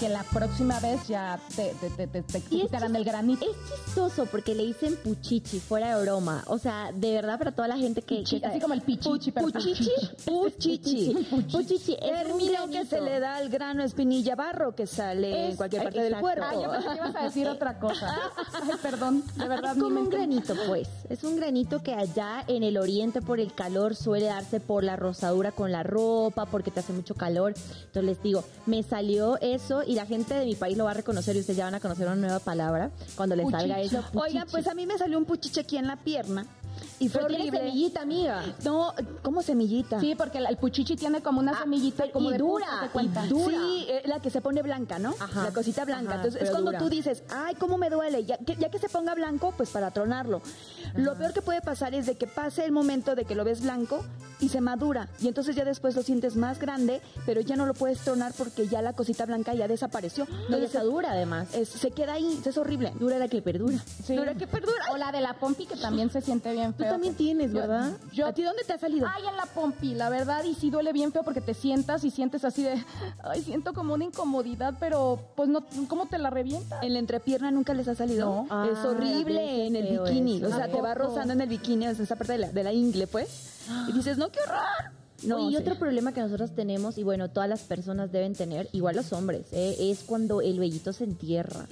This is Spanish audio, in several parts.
que la próxima vez ya te, te, te, te, te Y es quitarán chis- el granito. Es chistoso porque le dicen puchichi, fuera de broma. O sea, de verdad para toda la gente que... Puchichi, que- así como el pichichi, Pu- pero Puchichi, puchichi. Puchichi es un Término granito. que se le da al grano espinilla barro que sale en Es- cualquier parte del exacto. cuerpo. Ah, yo pensé que ibas a decir otra cosa. Ay, perdón, de verdad. es como mi un mente- granito, pues. Es un granito que allá en el oriente por el calor suele darse por la rosadura con la ropa, porque te hace mucho calor. Entonces les digo, me salió eso y la gente de mi país lo va a reconocer y ustedes ya van a conocer una nueva palabra cuando les salga Puchichi. eso. Oigan, pues a mí me salió un puchiche aquí en la pierna y fue Pero tiene horrible. semillita, amiga. No, ¿cómo semillita? Sí, porque el puchichi tiene como una semillita como Ah, y de dura, punta, ¿te y cuenta? dura. Sí, eh, la que se pone blanca, ¿no? Ajá. La cosita blanca. Ajá, Entonces, es pero cuando dura. tú dices, ay, cómo me duele. Ya que, ya que se ponga blanco, pues para tronarlo. Lo peor que puede pasar es de que pase el momento de que lo ves blanco y se madura. Y entonces ya después lo sientes más grande, pero ya no lo puedes tronar porque ya la cosita blanca ya desapareció. No Entonces, está dura, además. es- se queda ahí, es horrible. Dura la que perdura. Sí. Dura que perdura. O la de la pompi que también se siente bien Tú feo. también tienes, Yo- ¿verdad? Yo, ¿A ti dónde te ha salido? Ay, en la pompi, la verdad, y sí duele bien feo porque te sientas y sientes así de, ay, siento como una incomodidad, pero pues no, ¿cómo te la revienta? En la entrepierna nunca les ha salido. No. Es Ah, horrible qué en el feo bikini. eso. O sea, ¿A te va poco? rozando en el bikini, o sea, esa parte de la, de la ingle, pues. Y dices, no, qué horror. No, Oye, y sí. otro problema que nosotros tenemos, y bueno, todas las personas deben tener, igual los hombres, eh, es cuando el vellito se entierra.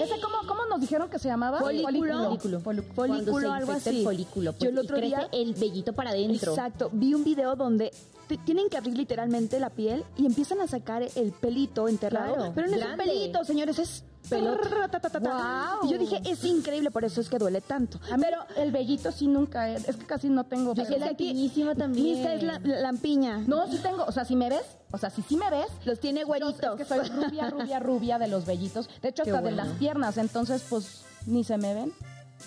¿Ese cómo, cómo nos dijeron que se llamaba? Folículo. Folículo. Folicu- Folículo, Cuando se algo infecta el así. folículo, pues, Yo el otro y crece día- el vellito para adentro. Exacto. Vi un video donde te- tienen que abrir literalmente la piel y empiezan a sacar el pelito enterrado. Claro, Pero no es un grande. pelito, señores, es Pelota. Trrr, ta, ta, ta, ta. Guau. Y yo dije, es increíble, por eso es que duele tanto. A mí el vellito sí nunca, eh, es que casi no tengo. Yo pero- soy Es que aquí- latinísima también. Lista es la, la lampiña. No, sí tengo, o sea, si me ves, o sea, si sí me ves, Los tiene yo- güeritos. es que soy rubia, rubia, rubia de los vellitos, de hecho Qué hasta de bueno. las piernas, entonces pues ni se me ven.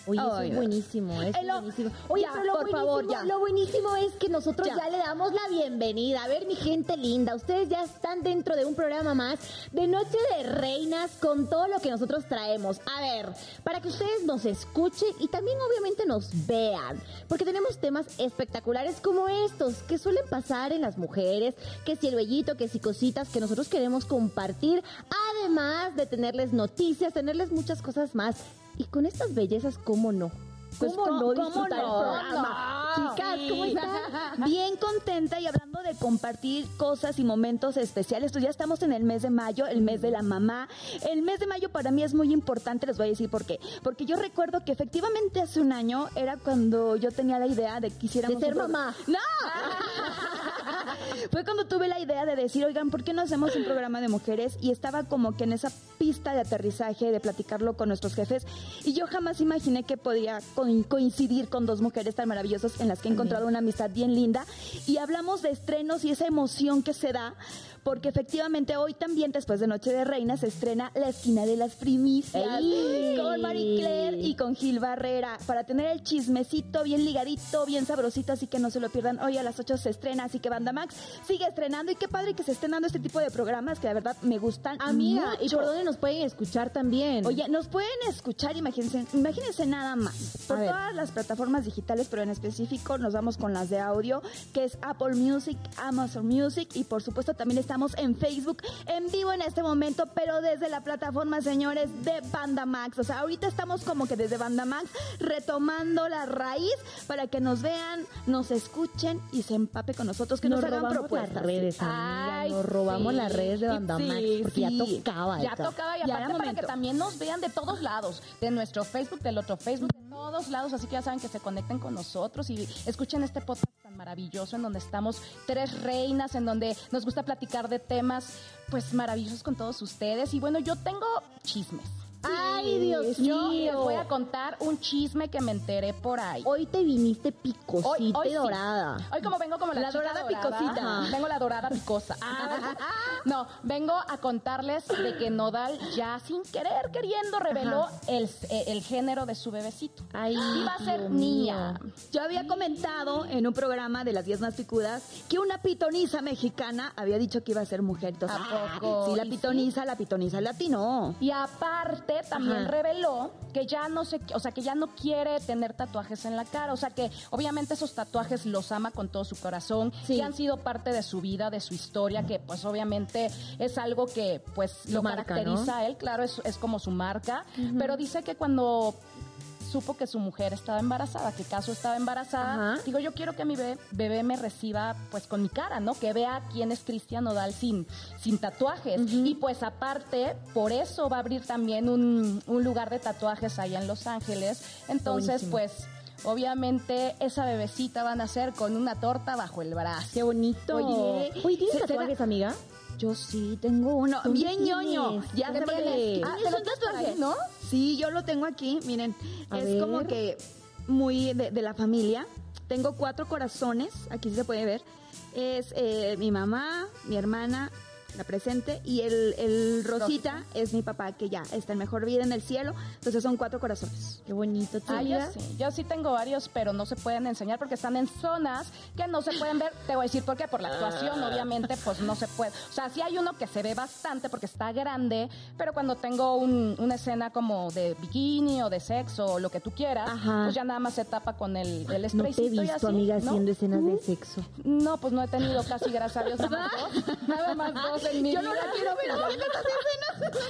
Oye, eso Ay, es no. buenísimo, eso Eh, es lo- buenísimo. Oye, ya, pero lo por buenísimo, favor, ya. lo buenísimo es que nosotros Ya. ya. le damos la bienvenida. A ver, mi gente linda, ustedes ya están dentro de un programa más de Noche de Reinas con todo lo que nosotros traemos. A ver, para que ustedes nos escuchen y también obviamente nos vean, porque tenemos temas espectaculares como estos que suelen pasar en las mujeres, que si el vellito, que si cositas que nosotros queremos compartir, además de tenerles noticias, tenerles muchas cosas más. Y con estas bellezas, ¿cómo no? Pues, ¿Cómo ¿cómo- no cómo disfrutar no? el programa? No, Chicas, sí. ¿cómo están? Bien contenta y hablando de compartir cosas y momentos especiales. Pues ya estamos en el mes de mayo, el mes de la mamá. El mes de mayo para mí es muy importante, les voy a decir por qué. Porque yo recuerdo que efectivamente hace un año era cuando yo tenía la idea de que hiciéramos. De ser un programa- mamá. ¡No! Fue cuando tuve la idea de decir, oigan, ¿por qué no hacemos un programa de mujeres? Y estaba como que en esa pista de aterrizaje, de platicarlo con nuestros jefes. Y yo jamás imaginé que podía coin- coincidir con dos mujeres tan maravillosas en las que he encontrado una amistad bien linda. Y hablamos de estrenos y esa emoción que se da. Porque efectivamente hoy también, después de Noche de Reina, se estrena La Esquina de las Primicias ¡Ey! con Marie Claire y con Gil Barrera para tener el chismecito bien ligadito, bien sabrosito, así que no se lo pierdan. Hoy a las 8 se estrena, así que Banda Max sigue estrenando y qué padre que se estén dando este tipo de programas que de verdad me gustan. Amiga, ¿y mucho. por dónde nos pueden escuchar también? Oye, nos pueden escuchar, imagínense, imagínense nada más. Por A ver. todas las plataformas digitales, pero en específico nos vamos con las de audio, que es Apple Music, Amazon Music y por supuesto también estamos en Facebook en vivo en este momento, pero desde la plataforma, señores, de Banda Max. O sea, ahorita estamos como que desde Banda Max retomando la raíz para que nos vean, nos escuchen y se empape con nosotros, que nos, hagan robamos propuestas. las redes, amiga, Ay, nos robamos sí. las redes de Banda Sí, Max, porque ya sí. tocaba. Ya esa. tocaba y Ya era aparte para que momento. también nos vean de todos lados, de nuestro Facebook, del otro Facebook, de todos lados, así que ya saben que se conecten con nosotros y escuchen este podcast tan maravilloso en donde estamos tres reinas, en donde nos gusta platicar de temas pues maravillosos con todos ustedes y bueno, yo tengo chismes. Ay, Dios Yo les mío. voy a contar un chisme que me enteré por ahí. Hoy te viniste picosita Hoy- hoy y sí. dorada. Hoy como vengo como la, La chica dorada picosita. Ajá. Vengo la dorada picosa. Ah, ¿verdad? no, vengo a contarles de que Nodal ya sin querer queriendo reveló el, eh, el género de su bebecito. Ay, Iba a ser Dios niña. mío. Yo había comentado en un programa de las 10 más picudas que una pitonisa mexicana había dicho que iba a ser mujer. Entonces, ah, ¿A poco? Sí, la ¿Y pitonisa, la pitonisa le atinó. Y aparte también reveló que ya no se, o sea, que ya no quiere tener tatuajes en la cara, o sea, que obviamente esos tatuajes los ama con todo su corazón, Sí. que han sido parte de su vida, de su historia, que pues obviamente es algo que pues lo marca, caracteriza a él, claro, es, es como su marca, pero dice que cuando supo que su mujer estaba embarazada, que Caso estaba embarazada, Ajá. digo, yo quiero que mi be- bebé me reciba pues con mi cara, ¿no? Que vea quién es Cristian Odal sin, sin tatuajes. Y pues aparte, por eso va a abrir también un, un lugar de tatuajes allá en Los Ángeles. Entonces, pues... Obviamente esa bebecita van a ser con una torta bajo el brazo. Qué bonito. Oye, Oye, ¿tienes ¿será- tatuajes, amiga? Yo sí tengo uno. ¿Dónde Bien tienes? ñoño. Ya ¿Dónde se me- tienes? Ah, ¿Tienes ¿te lo un tienes por tatuaje? ahí, ¿no? Sí, yo lo tengo aquí. Miren, A es ver. como que muy de, de la familia. Tengo cuatro corazones. Aquí sí se puede ver. Es eh, mi mamá, mi hermana, la presente, y el, el Rosita es mi papá, que ya está en mejor vida en el cielo. Entonces son cuatro corazones. Qué bonito, ¿tú, Ah, yo amiga? sí, yo sí tengo varios, pero no se pueden enseñar porque están en zonas que no se pueden ver. Te voy a decir por qué, por la actuación, Ah. obviamente, pues no se puede. O sea, sí hay uno que se ve bastante porque está grande, pero cuando tengo un- una escena como de bikini o de sexo o lo que tú quieras, Ajá. pues ya nada más se tapa con el, el No te he spraycito y visto, así, amiga, ¿no? haciendo escenas de sexo. No, pues no he tenido casi, gracias a Dios, nada más dos. Nada más dos en mi Yo vida. no la quiero ver ¿eh? haciendo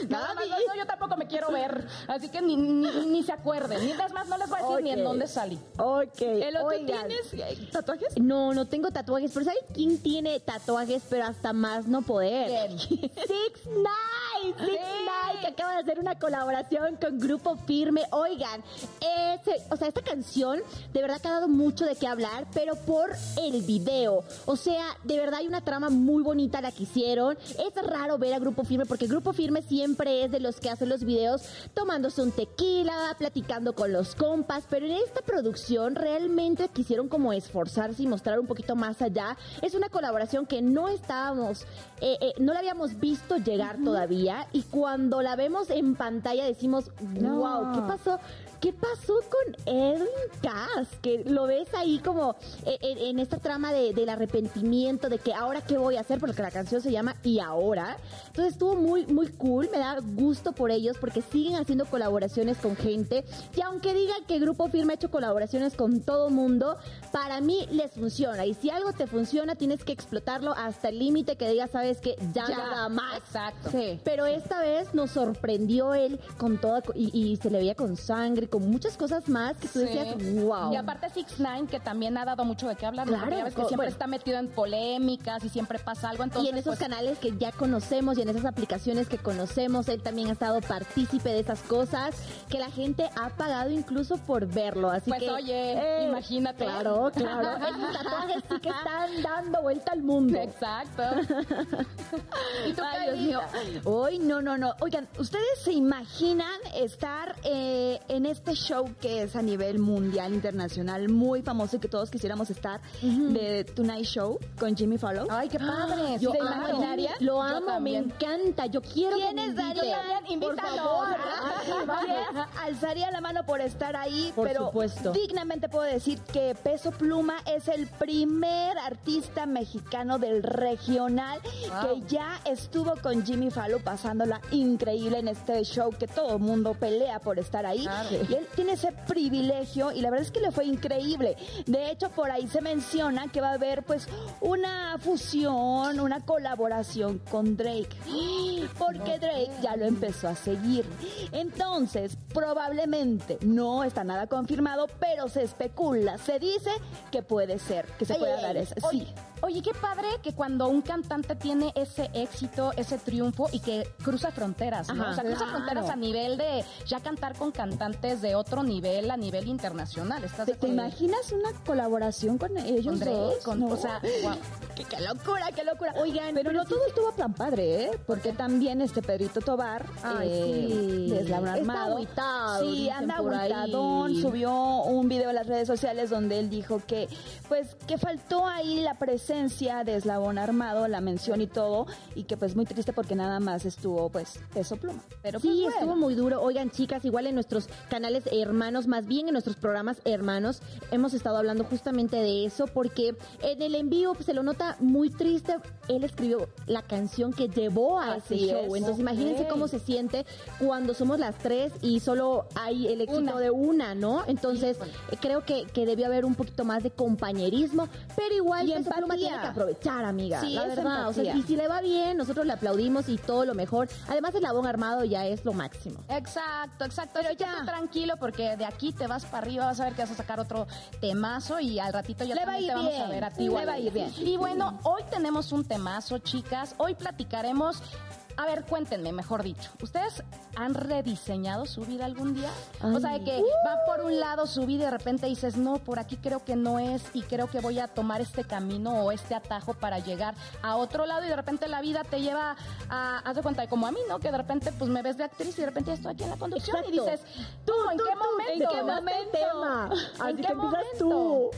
Nada más dos, no, yo tampoco me quiero ver. Así que ni, ni, ni se acuerden. Ni, es más, no les voy a decir ni en Ok. dónde salí. Ok, ¿El otro oigan. tienes eh, tatuajes? No, no tengo tatuajes, pero ¿saben quién tiene tatuajes, pero hasta más no poder? ¿Quién? Six Nine, Six Nine, que acaba de hacer una colaboración con Grupo Firme. Oigan, ese- o sea, esta canción de verdad que ha dado mucho de qué hablar, pero por el video. O sea, de verdad hay una trama muy bonita la que hicieron. Es raro ver a Grupo Firme porque Grupo Firme siempre es de los que hacen los videos tomándose un tequila, platicando con los compas, pero en esta producción realmente quisieron como esforzarse y mostrar un poquito más allá. Es una colaboración que no estábamos, eh, eh, no la habíamos visto llegar todavía y cuando la vemos en pantalla decimos, No. wow, ¿qué pasó? ¿Qué pasó con Edwin Cass? Que lo ves ahí como eh, en, en esta trama de- del arrepentimiento, de que ahora qué voy a hacer, porque la canción se llama Y ahora. Entonces estuvo muy, muy cool, me da gusto por ellos porque siguen haciendo colaboraciones con gente. Y aunque digan que Grupo Firme ha hecho colaboraciones con todo mundo, para mí les funciona. Y si algo te funciona, tienes que explotarlo hasta el límite que digas, sabes que ya, Ya, nada más. Exacto. Sí. Pero esta vez nos sorprendió él con toda y, y se le veía con sangre, con muchas cosas más que tú Sí. decías, wow. Y aparte Six Nine que también ha dado mucho de qué hablar, ¿no? Claro, Porque ya ves que co- siempre bueno. está metido en polémicas y siempre pasa algo, entonces y en esos pues, canales que ya conocemos y en esas aplicaciones que conocemos, él también ha estado partícipe de esas cosas que la gente ha pagado incluso por verlo. Así Pues, que, eh, oye, imagínate. Claro, claro. Esos tatuajes sí que están dando vuelta al mundo. Exacto. ¿Y tú, Ay, Dios mío. Hoy no, no, no. Oigan, ¿ustedes se imaginan estar eh, en este show que es a nivel mundial, internacional, muy famoso y que todos quisiéramos estar, de Tonight Show con Jimmy Fallon? Ay, qué padre. Yo Ah, ¿Te amo, imaginaría? lo Yo amo, me también. encanta. Yo quiero que me ¿Quiénes inviten. darían? Por Invítanos. favor. Ah, Yes, alzaría la mano por estar ahí, Por pero supuesto. dignamente puedo decir que Peso Pluma es el primer artista mexicano del regional Wow. que ya estuvo con Jimmy Fallon pasándola increíble en este show que todo mundo pelea por estar ahí. Claro. Y él tiene ese privilegio y la verdad es que le fue increíble. De hecho, por ahí se menciona que va a haber pues una fusión, una colaboración con Drake. Porque Drake ya lo empezó a seguir. Entonces, probablemente no está nada confirmado, pero se especula, se dice que puede ser, que se Ay, pueda ay, dar ay. eso. Oye, Sí. oye, qué padre que cuando un cantante tiene ese éxito, ese triunfo y que cruza fronteras, ¿no? Ajá, o sea, cruza claro. fronteras a nivel de ya cantar con cantantes de otro nivel, a nivel internacional. ¿Estás de ¿Te, te acuerdo? imaginas una colaboración con ellos Con Drake, dos? con- No. o sea, guau. ¡Qué, qué locura, qué locura! Oigan, pero, no todo estuvo tan padre, ¿eh? Porque también este Pedrito Tobar, Ay, eh, sí. de Eslabón Está Armado. agüitado, Sí, dicen anda por ahí. agüitadón, subió un video en las redes sociales donde él dijo que, pues, que faltó ahí la presencia de Eslabón Armado, la mención y todo, y que pues muy triste porque nada más estuvo, pues, peso pluma. Pero sí, pues, estuvo bueno. muy duro. Oigan, chicas, igual en nuestros canales hermanos, más bien en nuestros programas hermanos, hemos estado hablando justamente de eso, porque en el envío pues, se lo nota muy triste él escribió la canción que llevó a Así ese show. es. Entonces Ok. imagínense cómo se siente cuando somos las tres y solo hay el éxito Una. de una, ¿no? Entonces Híjole. eh, creo que, que debió haber un poquito más de compañerismo, pero igual pues, Y Peso Pluma empatía. tiene que aprovechar, amiga. Sí, la es verdad. O sea, empatía. y si le va bien, nosotros le aplaudimos y todo lo mejor. Además, el labón armado ya es lo máximo. Exacto, exacto. Pero ya. tranquilo porque de aquí te vas para arriba, vas a ver que vas a sacar otro temazo y al ratito ya Le va también te a ir vamos bien, a ver a ti. le igual. va a ir bien. Y bueno, hoy tenemos un temazo, chicas. Hoy platicaremos. A ver, cuéntenme, mejor dicho, ¿ustedes han rediseñado su vida algún día? O sea, de que va por un lado su vida y de repente dices, no, por aquí creo que no es y creo que voy a tomar este camino o este atajo para llegar a otro lado y de repente la vida te lleva a, haz de cuenta, como a mí, ¿no? Que de repente pues me ves de actriz y de repente ya estoy aquí en la conducción y Exacto. dices, tú, ¿en qué momento? ¿en qué momento? Así ¿En que qué empiezas momento? tú.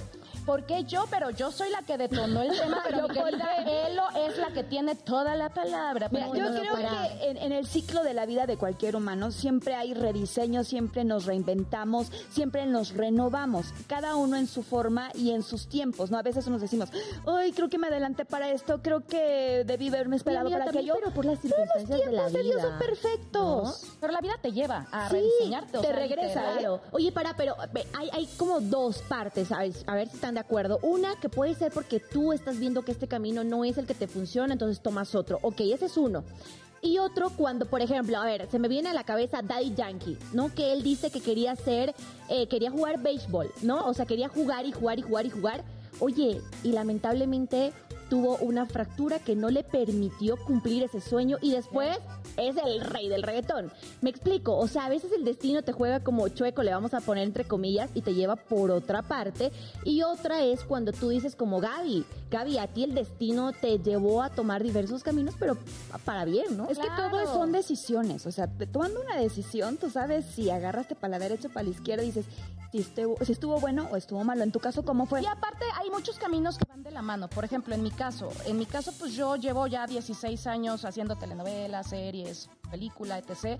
¿Por qué yo? Pero yo soy la que detonó el tema, pero mi querida Elo es la que tiene toda la palabra. Mira, Pero yo no lo creo para. que en, en el ciclo de la vida de cualquier humano siempre hay rediseño, siempre nos reinventamos, siempre nos renovamos, cada uno en su forma y en sus tiempos, ¿no? A veces nos decimos, hoy creo que me adelanté para esto, creo que debí haberme esperado Mira, para también, aquello. pero por las los circunstancias de la tiempos de Dios vida. son perfectos. Pero la vida te lleva a Sí, rediseñarte. o te sea, regresa. literal. Claro. Oye, para, pero ve, hay, hay como dos partes, a ver, a ver si están de acuerdo. Una que puede ser porque tú estás viendo que este camino no es el que te funciona, entonces tomas otro. Ok, ese es uno. Y otro cuando, por ejemplo, a ver, se me viene a la cabeza Daddy Yankee, ¿no? Que él dice que quería ser, eh, quería jugar béisbol, ¿no? O sea, quería jugar y jugar y jugar y jugar. Oye, y lamentablemente tuvo una fractura que no le permitió cumplir ese sueño y después es el rey del reggaetón. Me explico, o sea, a veces el destino te juega como chueco, le vamos a poner entre comillas, y te lleva por otra parte. Y otra es cuando tú dices como Gaby, Gaby, a ti el destino te llevó a tomar diversos caminos, pero para bien, ¿no? Es Claro. que todo son decisiones, o sea, te- tomando una decisión, tú sabes si agarraste para la derecha o para la izquierda y dices si estuvo, si estuvo bueno o estuvo malo. En tu caso, ¿cómo fue? Y aparte hay muchos caminos que van de la mano. Por ejemplo, en mi caso, en mi caso pues yo llevo ya 16 años haciendo telenovelas, series, película, etc.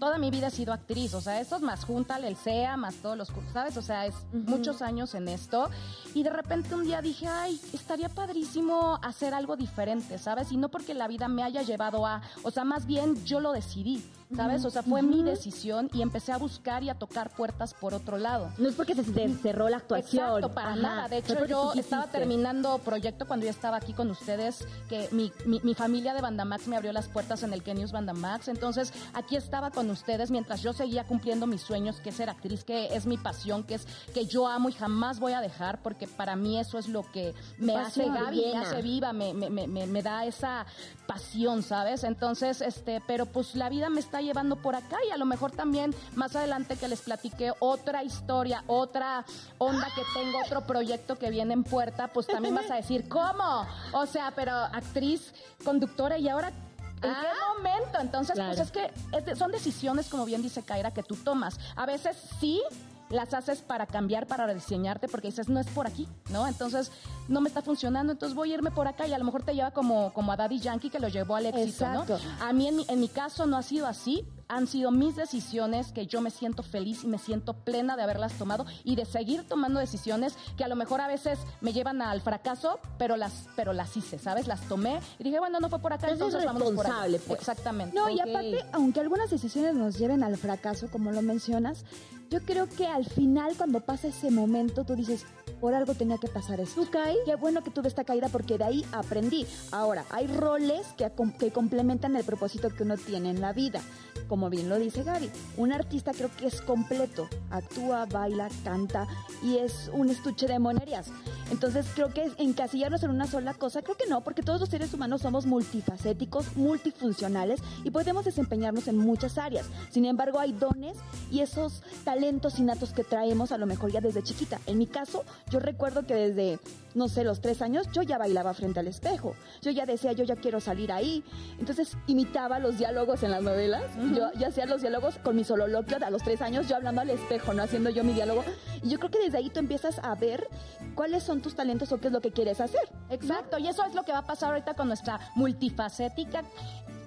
Toda mi vida he sido actriz, o sea, estos más júntale el SEA, más todos los cursos, ¿sabes? O sea, es muchos años en esto. Y de repente un día dije, ay, estaría padrísimo hacer algo diferente, ¿sabes? Y no porque la vida me haya llevado a, o sea, más bien yo lo decidí, ¿sabes? O sea, fue mi decisión y empecé a buscar y a tocar puertas por otro lado. No es porque se te cerró la actuación. Exacto, para Ajá. nada. De hecho, Fue porque yo tú estaba quisiste. terminando proyecto cuando yo estaba aquí con ustedes, que mi, mi- mi familia de Bandamax me abrió las puertas en el Kenius Bandamax. Entonces, aquí estaba con ustedes mientras yo seguía cumpliendo mis sueños, que es ser actriz, que es mi pasión, que es que yo amo y jamás voy a dejar, porque para mí eso es lo que me Pasión, hace Gaby, llena. me hace viva, me, me- me- me- me da esa pasión, ¿sabes? Entonces, este, pero pues la vida me está llevando por acá y a lo mejor también más adelante que les platiqué otra historia, otra onda que tengo, otro proyecto que viene en puerta, pues también vas a decir, ¿cómo? O sea, pero actriz, conductora y ahora... ¿En qué momento? Entonces, pues Claro. es que es de- son decisiones, como bien dice Kaira, que tú tomas. A veces sí las haces para cambiar, para rediseñarte, porque dices, no es por aquí, ¿no? Entonces, no me está funcionando, entonces voy a irme por acá y a lo mejor te lleva como, como a Daddy Yankee que lo llevó al éxito, Exacto. ¿no? A mí, en mi, en mi caso, no ha sido así. Han sido mis decisiones que yo me siento feliz y me siento plena de haberlas tomado y de seguir tomando decisiones que a lo mejor a veces me llevan al fracaso, pero las, pero las hice, ¿sabes? Las tomé y dije, bueno, no fue por acá, Entonces, entonces, vamos por acá. Pues responsable, pues. Exactamente. No, y Ok. aparte, aunque algunas decisiones nos lleven al fracaso, como lo mencionas, yo creo que al final, cuando pasa ese momento, tú dices, por algo tenía que pasar esto. ¿Tú, Kai? Qué bueno que tuve esta caída porque de ahí aprendí. Ahora, hay roles que, acom- que complementan el propósito que uno tiene en la vida. Como bien lo dice Gaby, un artista creo que es completo. Actúa, baila, canta y es un estuche de monerías. Entonces creo que encasillarnos en una sola cosa, creo que no, porque todos los seres humanos somos multifacéticos, multifuncionales y podemos desempeñarnos en muchas áreas. Sin embargo, hay dones y esos talentos innatos que traemos a lo mejor ya desde chiquita. En mi caso, yo recuerdo que desde, no sé, los tres años, yo ya bailaba frente al espejo. Yo ya decía, yo ya quiero salir ahí. Entonces imitaba los diálogos en las novelas. Yo ya hacía los diálogos con mi sololoquio de a los tres años, yo hablando al espejo, no haciendo yo mi diálogo. Y yo creo que desde ahí tú empiezas a ver cuáles son tus talentos o qué es lo que quieres hacer. Exacto, y eso es lo que va a pasar ahorita con nuestra multifacética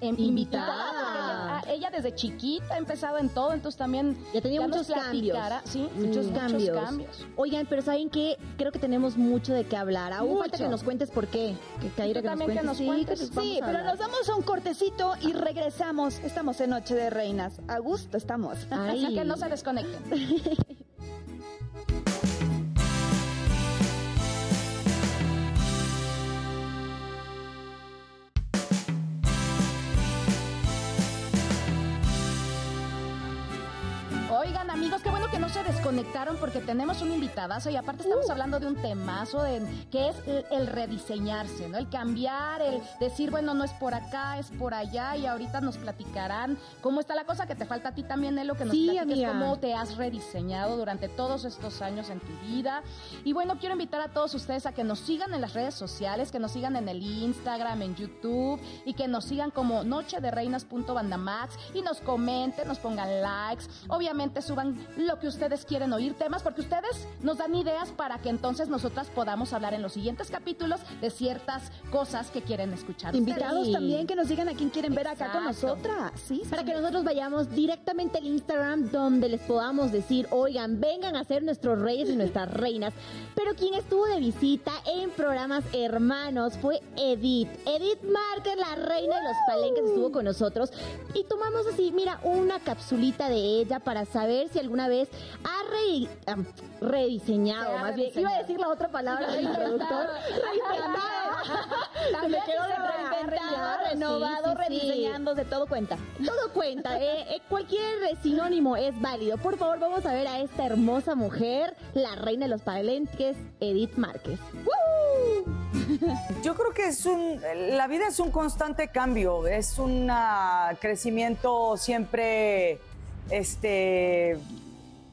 em, invitada. Invitada. porque ya- ella, ella desde chiquita ha empezado en todo, entonces también Ya tenía nos muchos cambios. platicara, Sí, muchos, cambios. Oigan, pero ¿saben qué? Creo que tenemos mucho de qué hablar. Aún falta Mucho. que nos cuentes por qué. Que, Kaira, tú también que nos cuentes. Sí, que nos Sí, vamos a pero hablar. nos damos a un cortecito y regresamos. Estamos en Noche de Reinas. A gusto estamos. Ay. Que no se desconecten. Oigan amigos, qué bueno que no se desconectaron porque tenemos un invitadazo y aparte estamos Uh. hablando de un temazo de- que es el, el rediseñarse, ¿no? El cambiar, el decir, bueno, no es por acá, es por allá y ahorita nos platicarán cómo está la cosa que te falta a ti también, Nelo, que nos Sí, platiques amiga. cómo te has rediseñado durante todos estos años en tu vida. Y bueno, quiero invitar a todos ustedes a que nos sigan en las redes sociales, que nos sigan en el Instagram, en YouTube y que nos sigan como Noche de Reinas.bandamax y nos comenten, nos pongan likes. Obviamente suban lo que ustedes quieren oír, temas, porque ustedes nos dan ideas para que entonces nosotras podamos hablar en los siguientes capítulos de ciertas cosas que quieren escuchar. ustedes. Invitados Sí. también que nos digan a quién quieren ver acá con Exacto. nosotras. Sí, sí, Para sí. que nosotros vayamos directamente al Instagram donde les podamos decir, oigan, vengan a ser nuestros reyes y nuestras reinas. Pero quien estuvo de visita en programas hermanos fue Edith. Edith Márquez, la reina de los palenques, estuvo con nosotros. Y tomamos así, mira, una capsulita de ella para saber si alguna vez ha re- am, rediseñado, Se ha más bien. Iba a rediseñado. decir la otra palabra del productor. También Se quedó dicen la- reinventado, reinventado, renovado, sí, sí, sí. rediseñando, de todo cuenta. Todo cuenta, eh, eh, cualquier eh, sinónimo es válido. Por favor, vamos a ver a esta hermosa mujer, la reina de los palenques, Edith Márquez. Yo creo que es un, la vida es un constante cambio, es un ah, crecimiento siempre este,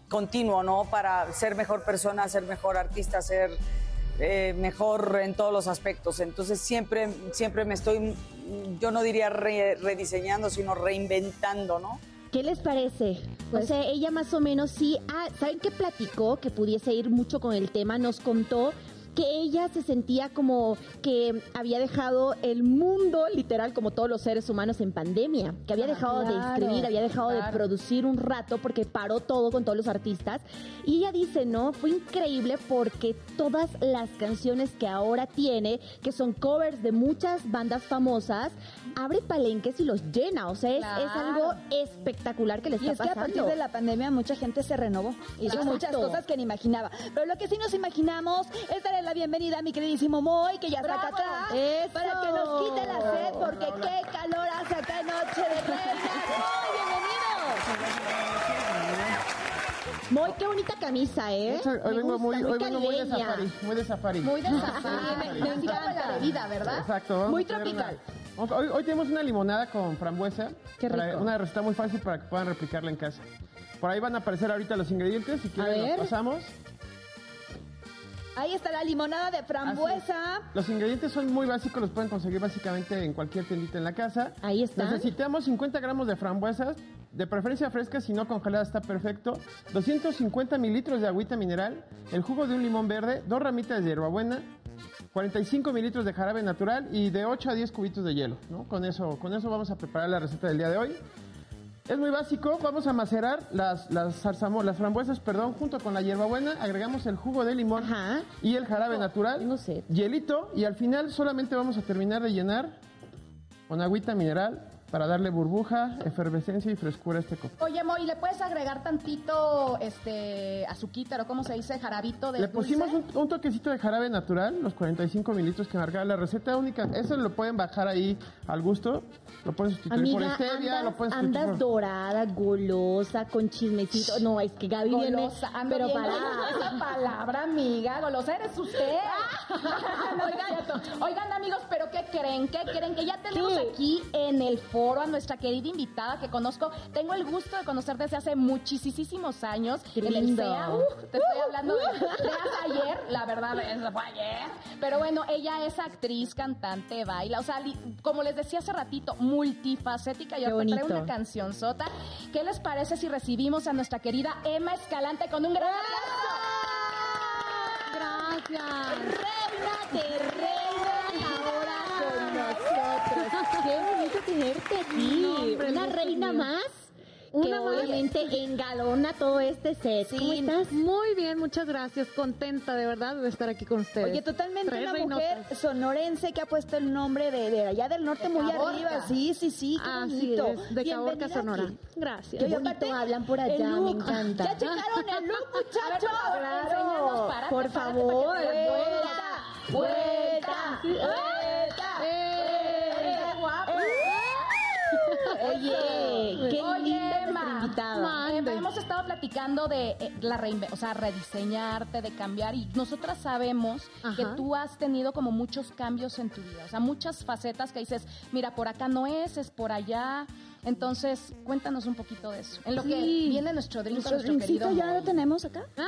continuo, ¿no? Para ser mejor persona, ser mejor artista, ser eh, mejor en todos los aspectos. Entonces siempre, siempre me estoy, yo no diría re- rediseñando, sino reinventando, ¿no? ¿Qué les parece? o Pues sea, ella más o menos sí, ah, ¿saben qué platicó? Que pudiese ir mucho con el tema, nos contó que ella se sentía como que había dejado el mundo, literal, como todos los seres humanos en pandemia, que había Ah, dejado claro, de escribir, había dejado de claro. producir un rato porque paró todo con todos los artistas. Y ella dice, no, fue increíble porque todas las canciones que ahora tiene, que son covers de muchas bandas famosas, abre palenques y los llena. O sea, es, es Claro. algo espectacular que le Y está es que a partir pasando. de la pandemia mucha gente se renovó. Hizo Exacto. muchas cosas que ni imaginaba. Pero lo que sí nos imaginamos es darle la bienvenida a mi queridísimo Moy, que ya está acá ¡Bravo! atrás, ¡Eso! para que nos quite la sed, porque qué calor hace acá en Noche de Reinas. ¡Moy, bienvenido! Muy qué bonita camisa, ¿eh? Hoy, hoy Me gusta, vengo muy, hoy vengo muy de caribeña. safari, muy de safari. Muy de safari, me- me, me encanta encanta. la bebida, ¿verdad? Exacto. vamos Muy a hacer tropical. una- vamos- hoy, hoy tenemos una limonada con frambuesa. Qué para- rico. una receta muy fácil para que puedan replicarla en casa. Por ahí van a aparecer ahorita los ingredientes. Si quieren, ver. los pasamos. Ahí está la limonada de frambuesa. Los ingredientes son muy básicos, los pueden conseguir básicamente en cualquier tiendita en la casa. Ahí están. Necesitamos 50 gramos de frambuesas, de preferencia frescas, si no congeladas está perfecto. 250 mililitros de agüita mineral, el jugo de un limón verde, dos ramitas de hierbabuena, 45 mililitros de jarabe natural y de 8 a 10 cubitos de hielo. ¿no? Con, eso, con eso vamos a preparar la receta del día de hoy. Es muy básico, vamos a macerar las, las, zarzamo- las frambuesas, perdón, junto con la hierbabuena, agregamos el jugo de limón Ajá. y el jarabe natural, tengo sed. hielito y al final solamente vamos a terminar de llenar con agüita mineral para darle burbuja, efervescencia y frescura a este cóctel. Oye, Moy, ¿le puedes agregar tantito este azuquita o cómo se dice? Jarabito de Le pusimos dulce? un, un toquecito de jarabe natural, los 45 mililitros que marcaba la receta única. Eso lo pueden bajar ahí al gusto. Lo pueden sustituir Amiga, por stevia, andas, lo pueden sustituir andas por... dorada, golosa, con chismecito. No, es que Gaby Golosa, viene, ando pero bien para... golosa esa palabra, amiga, golosa eres usted. Ah. oigan, oigan, amigos, pero ¿qué creen? ¿Qué creen? Que ya tenemos ¿Qué? aquí en el foro a nuestra querida invitada que conozco, tengo el gusto de conocer desde hace muchísimos años Qué en el lindo. CEA. Uh, te estoy hablando de, de hace ayer, la verdad, es- fue ayer. Pero bueno, ella es actriz, cantante, baila, o sea, li- como les decía hace ratito, multifacética y Qué ahorita trae bonito. una canción sota. ¿Qué les parece si recibimos a nuestra querida Emma Escalante con un gran aplauso? Gracias. Reina de reinas ahora con nosotros. Qué bonito tenerte verte aquí, No, hombre, una no, reina Dios mío. más, Una que más. obviamente engalona todo este set. ¿Cómo Sí, estás? Muy bien, muchas gracias. Contenta de verdad de estar aquí con ustedes. Oye, totalmente Tres una reinotas. mujer sonorense que ha puesto el nombre de, de allá del norte muy Caborca. arriba. Sí, sí, sí, qué Así bonito. es, de Caborca, Bienvenida Sonora. aquí. Gracias. Qué bonito hablan por allá, el me look. encanta. Ya checaron el look, muchachos. A ver, Claro. enséñanos, párate, por párate, favor. para que te den vuelta, eh. vuelta, vuelta. ¡Eh! Oye, qué Oye, linda nuestra Emma. invitada. Eh, Mande. hemos estado platicando de eh, la reinve- o sea, rediseñarte, de cambiar y nosotras sabemos Ajá. que tú has tenido como muchos cambios en tu vida, o sea, muchas facetas que dices, mira, por acá no es, es por allá. Entonces, cuéntanos un poquito de eso. En lo que Sí. viene nuestro drink con Nuestro nuestro querido drinkcito ya lo Moy. tenemos acá. Ah,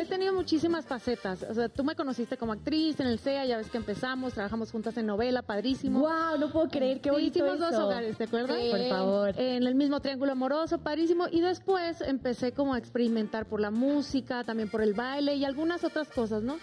he tenido muchísimas facetas. O sea, tú me conociste como actriz en el CEA, ya ves que empezamos, trabajamos juntas en novela, padrísimo. Wow, no puedo creer qué Sí, bonito hicimos dos eso. hogares, ¿te acuerdas? Sí. Por favor. En el mismo triángulo amoroso, padrísimo. Y después empecé como a experimentar por la música, también por el baile y algunas otras cosas, ¿no?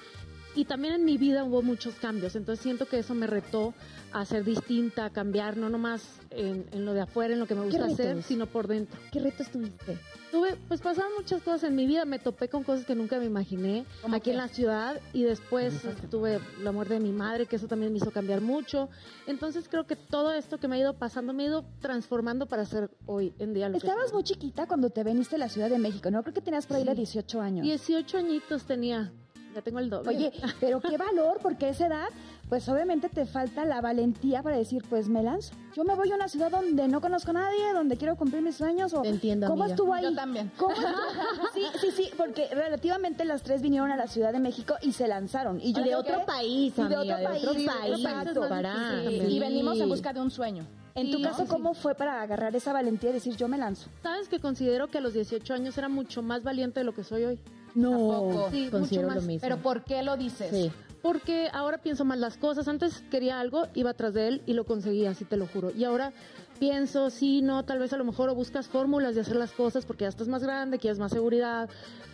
Y también en mi vida hubo muchos cambios, entonces siento que eso me retó a ser distinta, a cambiar, no nomás en, en lo de afuera, en lo que me gusta hacer, retos? sino por dentro. ¿Qué retos tuviste? Tuve, pues pasaron muchas cosas en mi vida, me topé con cosas que nunca me imaginé ¿Cómo aquí en qué? la ciudad y después tuve la muerte de mi madre, que eso también me hizo cambiar mucho. Entonces creo que todo esto que me ha ido pasando me ha ido transformando para ser hoy en día lo que Estabas soy. muy chiquita cuando te veniste a la Ciudad de México, ¿no? Creo que tenías por ahí los 18 años. 18 añitos tenía, ya tengo el doble. Oye, pero qué valor, porque a esa edad, pues obviamente te falta la valentía para decir, pues me lanzo. Yo me voy a una ciudad donde no conozco a nadie, donde quiero cumplir mis sueños. O, Te entiendo, ¿Cómo amiga. estuvo ahí? Yo también. ¿Cómo estuvo? Sí, sí, sí, porque relativamente las tres vinieron a la Ciudad de México y se lanzaron. Y yo Y de creo otro que- país, y de amiga, de otro otro país, país. de otro exacto, país es más para- difícil eh, Y Sí. venimos en busca de un sueño. En tu Sí, caso, sí, ¿cómo fue para agarrar esa valentía y decir, yo me lanzo? Sabes que considero que a los 18 años era mucho más valiente de lo que soy hoy. Tampoco. Sí, considero mucho lo más. mismo. Pero ¿por qué lo dices? Sí. Porque ahora pienso más las cosas. Antes quería algo, iba tras de él y lo conseguía, sí te lo juro. Y ahora pienso, sí, no, tal vez a lo mejor o buscas fórmulas de hacer las cosas porque ya estás más grande, quieres más seguridad.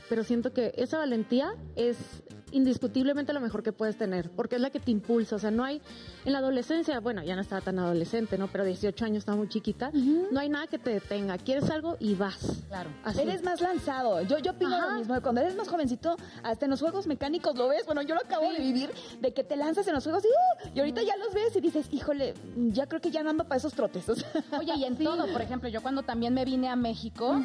Pero siento que esa valentía es indiscutiblemente lo mejor que puedes tener, porque es la que te impulsa. O sea, no hay. En la adolescencia, bueno, ya no estaba tan adolescente, ¿no? Pero 18 años estaba muy chiquita. No hay nada que te detenga. Quieres algo y vas. Claro. Así. Eres más lanzado. Yo, yo opino Ajá. lo mismo. Cuando eres más jovencito, hasta en los juegos mecánicos lo ves. Bueno, yo lo acabo de vivir, de que te lanzas en los juegos y, ¡uh! y ahorita ya los ves y dices, híjole, ya creo que ya no ando para esos trotes. O sea, Oye, y en todo, por ejemplo, yo cuando también me vine a México,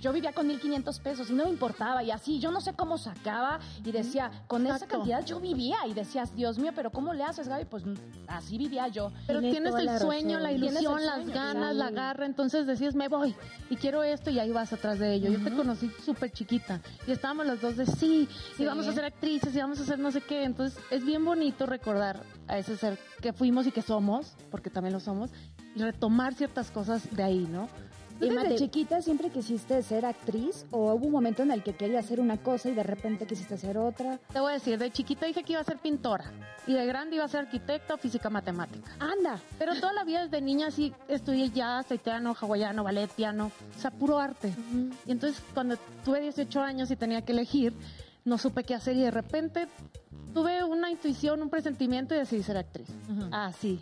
yo vivía con 1.500 pesos y no me importaba. Y así, yo no sé cómo sacaba. Y decía, con esa Exacto. cantidad yo vivía. Y decías, Dios mío, pero ¿cómo le haces, Gaby? Pues mm, así vivía yo. Pero Tiene tienes toda el la sueño, razón. la Tienes el ilusión, las sueño, ganas, la garra, entonces decís, me voy y quiero esto y ahí vas atrás de ello. Yo te conocí súper chiquita y estábamos las dos de sí, Sí. y vamos a ser actrices y vamos a hacer no sé qué. Entonces es bien bonito recordar a ese ser que fuimos y que somos, porque también lo somos, y retomar ciertas cosas de ahí, ¿no? ¿Tú Emma, desde te- chiquita siempre quisiste ser actriz o hubo un momento en el que querías hacer una cosa y de repente quisiste hacer otra? Te voy a decir, de chiquita dije que iba a ser pintora y de grande iba a ser arquitecta o física matemática. ¡Anda! Pero toda la vida desde niña sí estudié jazz, haitiano, hawaiano, ballet, piano, o sea, puro arte. Y entonces cuando tuve 18 años y tenía que elegir, no supe qué hacer y de repente tuve una intuición, un presentimiento y decidí ser actriz. Así.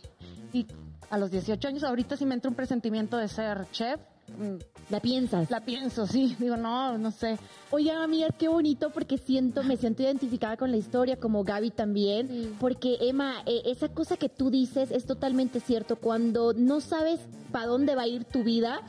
Y a los 18 años, ahorita sí me entra un presentimiento de ser chef. Mm, La piensas. La pienso, sí. Digo, no, no sé. Oye, amigas, qué bonito porque siento, me siento identificada con la historia, como Gaby también, porque Emma, eh, esa cosa que tú dices es totalmente cierto. Cuando no sabes para dónde va a ir tu vida,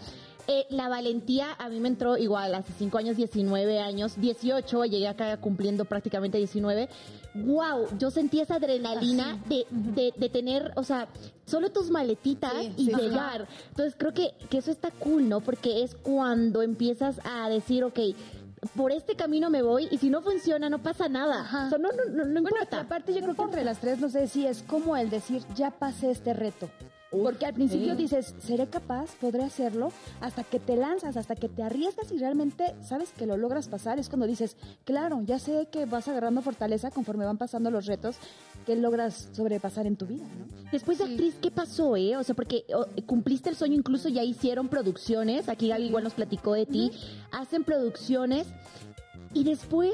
eh, la valentía a mí me entró igual hace 5 años, 19 años, 18, llegué acá cumpliendo prácticamente 19. ¡Wow! Yo sentí esa adrenalina de, de- de tener, o sea, solo tus maletitas y llegar. Entonces creo que, que eso está cool, ¿no? Porque es cuando empiezas a decir, ok, por este camino me voy y si no funciona no pasa nada. O sea, no, no, no, no Bueno, y importa. aparte yo creo que entre las tres, no sé si es como el decir, ya pasé este reto. Porque al principio dices, ¿seré capaz? ¿Podré hacerlo? Hasta que te lanzas, hasta que te arriesgas y realmente sabes que lo logras pasar. Es cuando dices, claro, ya sé que vas agarrando fortaleza conforme van pasando los retos que logras sobrepasar en tu vida, ¿no? Después de actriz, ¿qué pasó, eh? O sea, porque o, cumpliste el sueño, incluso ya hicieron producciones. Aquí Gaby igual nos platicó de ti. Hacen producciones y después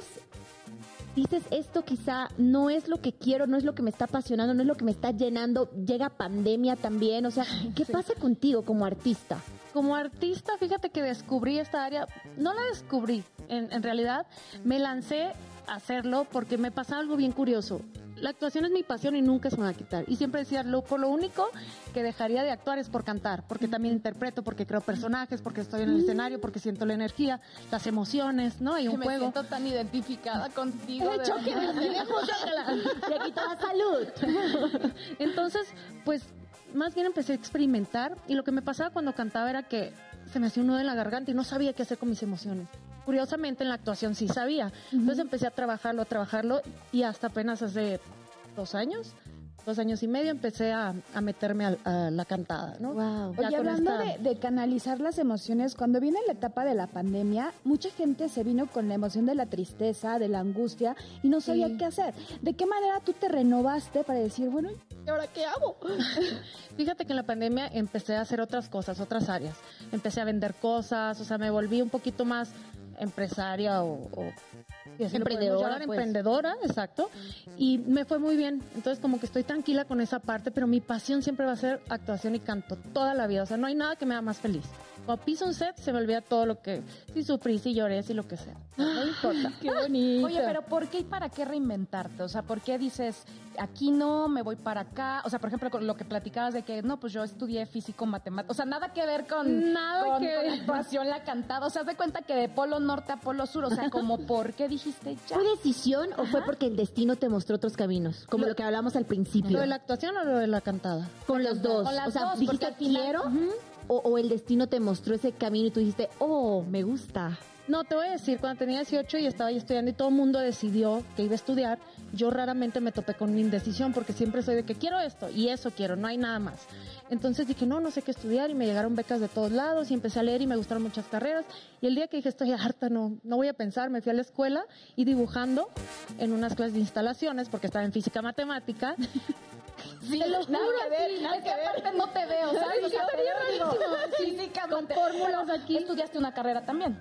dices esto quizá no es lo que quiero, no es lo que me está apasionando, no es lo que me está llenando, llega pandemia también, o sea, ¿qué pasa contigo como artista? Como artista, fíjate que descubrí esta área, no la descubrí, en, en realidad me lancé a hacerlo porque me pasa algo bien curioso. La actuación es mi pasión y nunca se me va a quitar. Y siempre decía, lo, por lo único que dejaría de actuar es por cantar, porque también interpreto, porque creo personajes, porque estoy en el escenario, porque siento la energía, las emociones, ¿no? Hay un me juego. siento tan identificada contigo. de Choque, verdad. le quitaba salud. Entonces, pues más bien empecé a experimentar y lo que me pasaba cuando cantaba era que se me hacía un nudo en la garganta y no sabía qué hacer con mis emociones. Curiosamente en la actuación sí sabía. Entonces empecé a trabajarlo, a trabajarlo y hasta apenas hace dos años, dos años y medio empecé a, a meterme al- a, la cantada, ¿no? Wow. Ya Oye, con hablando esta- de, de canalizar las emociones, cuando viene la etapa de la pandemia, mucha gente se vino con la emoción de la tristeza, de la angustia y no sabía Sí. qué hacer. ¿De qué manera tú te renovaste para decir, bueno, ¿Y ahora qué hago? Fíjate que en la pandemia empecé a hacer otras cosas, otras áreas. Empecé a vender cosas, o sea, me volví un poquito más empresaria o, o- si así lo podemos Emprendedora, llamar, pues. emprendedora, exacto. Y me fue muy bien. Entonces, como que estoy tranquila con esa parte, pero mi pasión siempre va a ser actuación y canto toda la vida. O sea, no hay nada que me haga más feliz. Cuando piso un set, se me olvida todo lo que, si sufrí, si lloré, si lo que sea. No importa. Qué bonito. Oye, pero ¿por qué y para qué reinventarte? O sea, ¿por qué dices, aquí no, me voy para acá? O sea, por ejemplo, con lo que platicabas de que, no, pues yo estudié físico, matemático. O sea, nada que ver con, Nada con- con que la ver. actuación, la cantada. O sea, haz de cuenta que de polo norte a polo sur. O sea, como, ¿por qué dijiste ya? Pues, ¿Fue decisión o fue porque el destino te mostró otros caminos? Como lo, que hablamos al principio. ¿Lo de la actuación o lo de la cantada? Con los dos. Con las o sea, dos, porque dijiste al final- quiero o, o el destino te mostró ese camino y tú dijiste, oh, me gusta. No, te voy a decir, cuando tenía 18 y estaba ahí estudiando y todo el mundo decidió que iba a estudiar, yo raramente me topé con una indecisión porque siempre soy de que quiero esto y eso quiero, no hay nada más. Entonces dije, no, no sé qué estudiar y me llegaron becas de todos lados y empecé a leer y me gustaron muchas carreras. Y el día que dije, estoy harta, no, no voy a pensar, me fui a la escuela y dibujando en unas clases de instalaciones porque estaba en física matemática. Sí, nada que ver, es que aparte no te veo, ¿sabes? O sea, te veo digo, físicamente. fórmulas Pero aquí. Estudiaste una carrera también.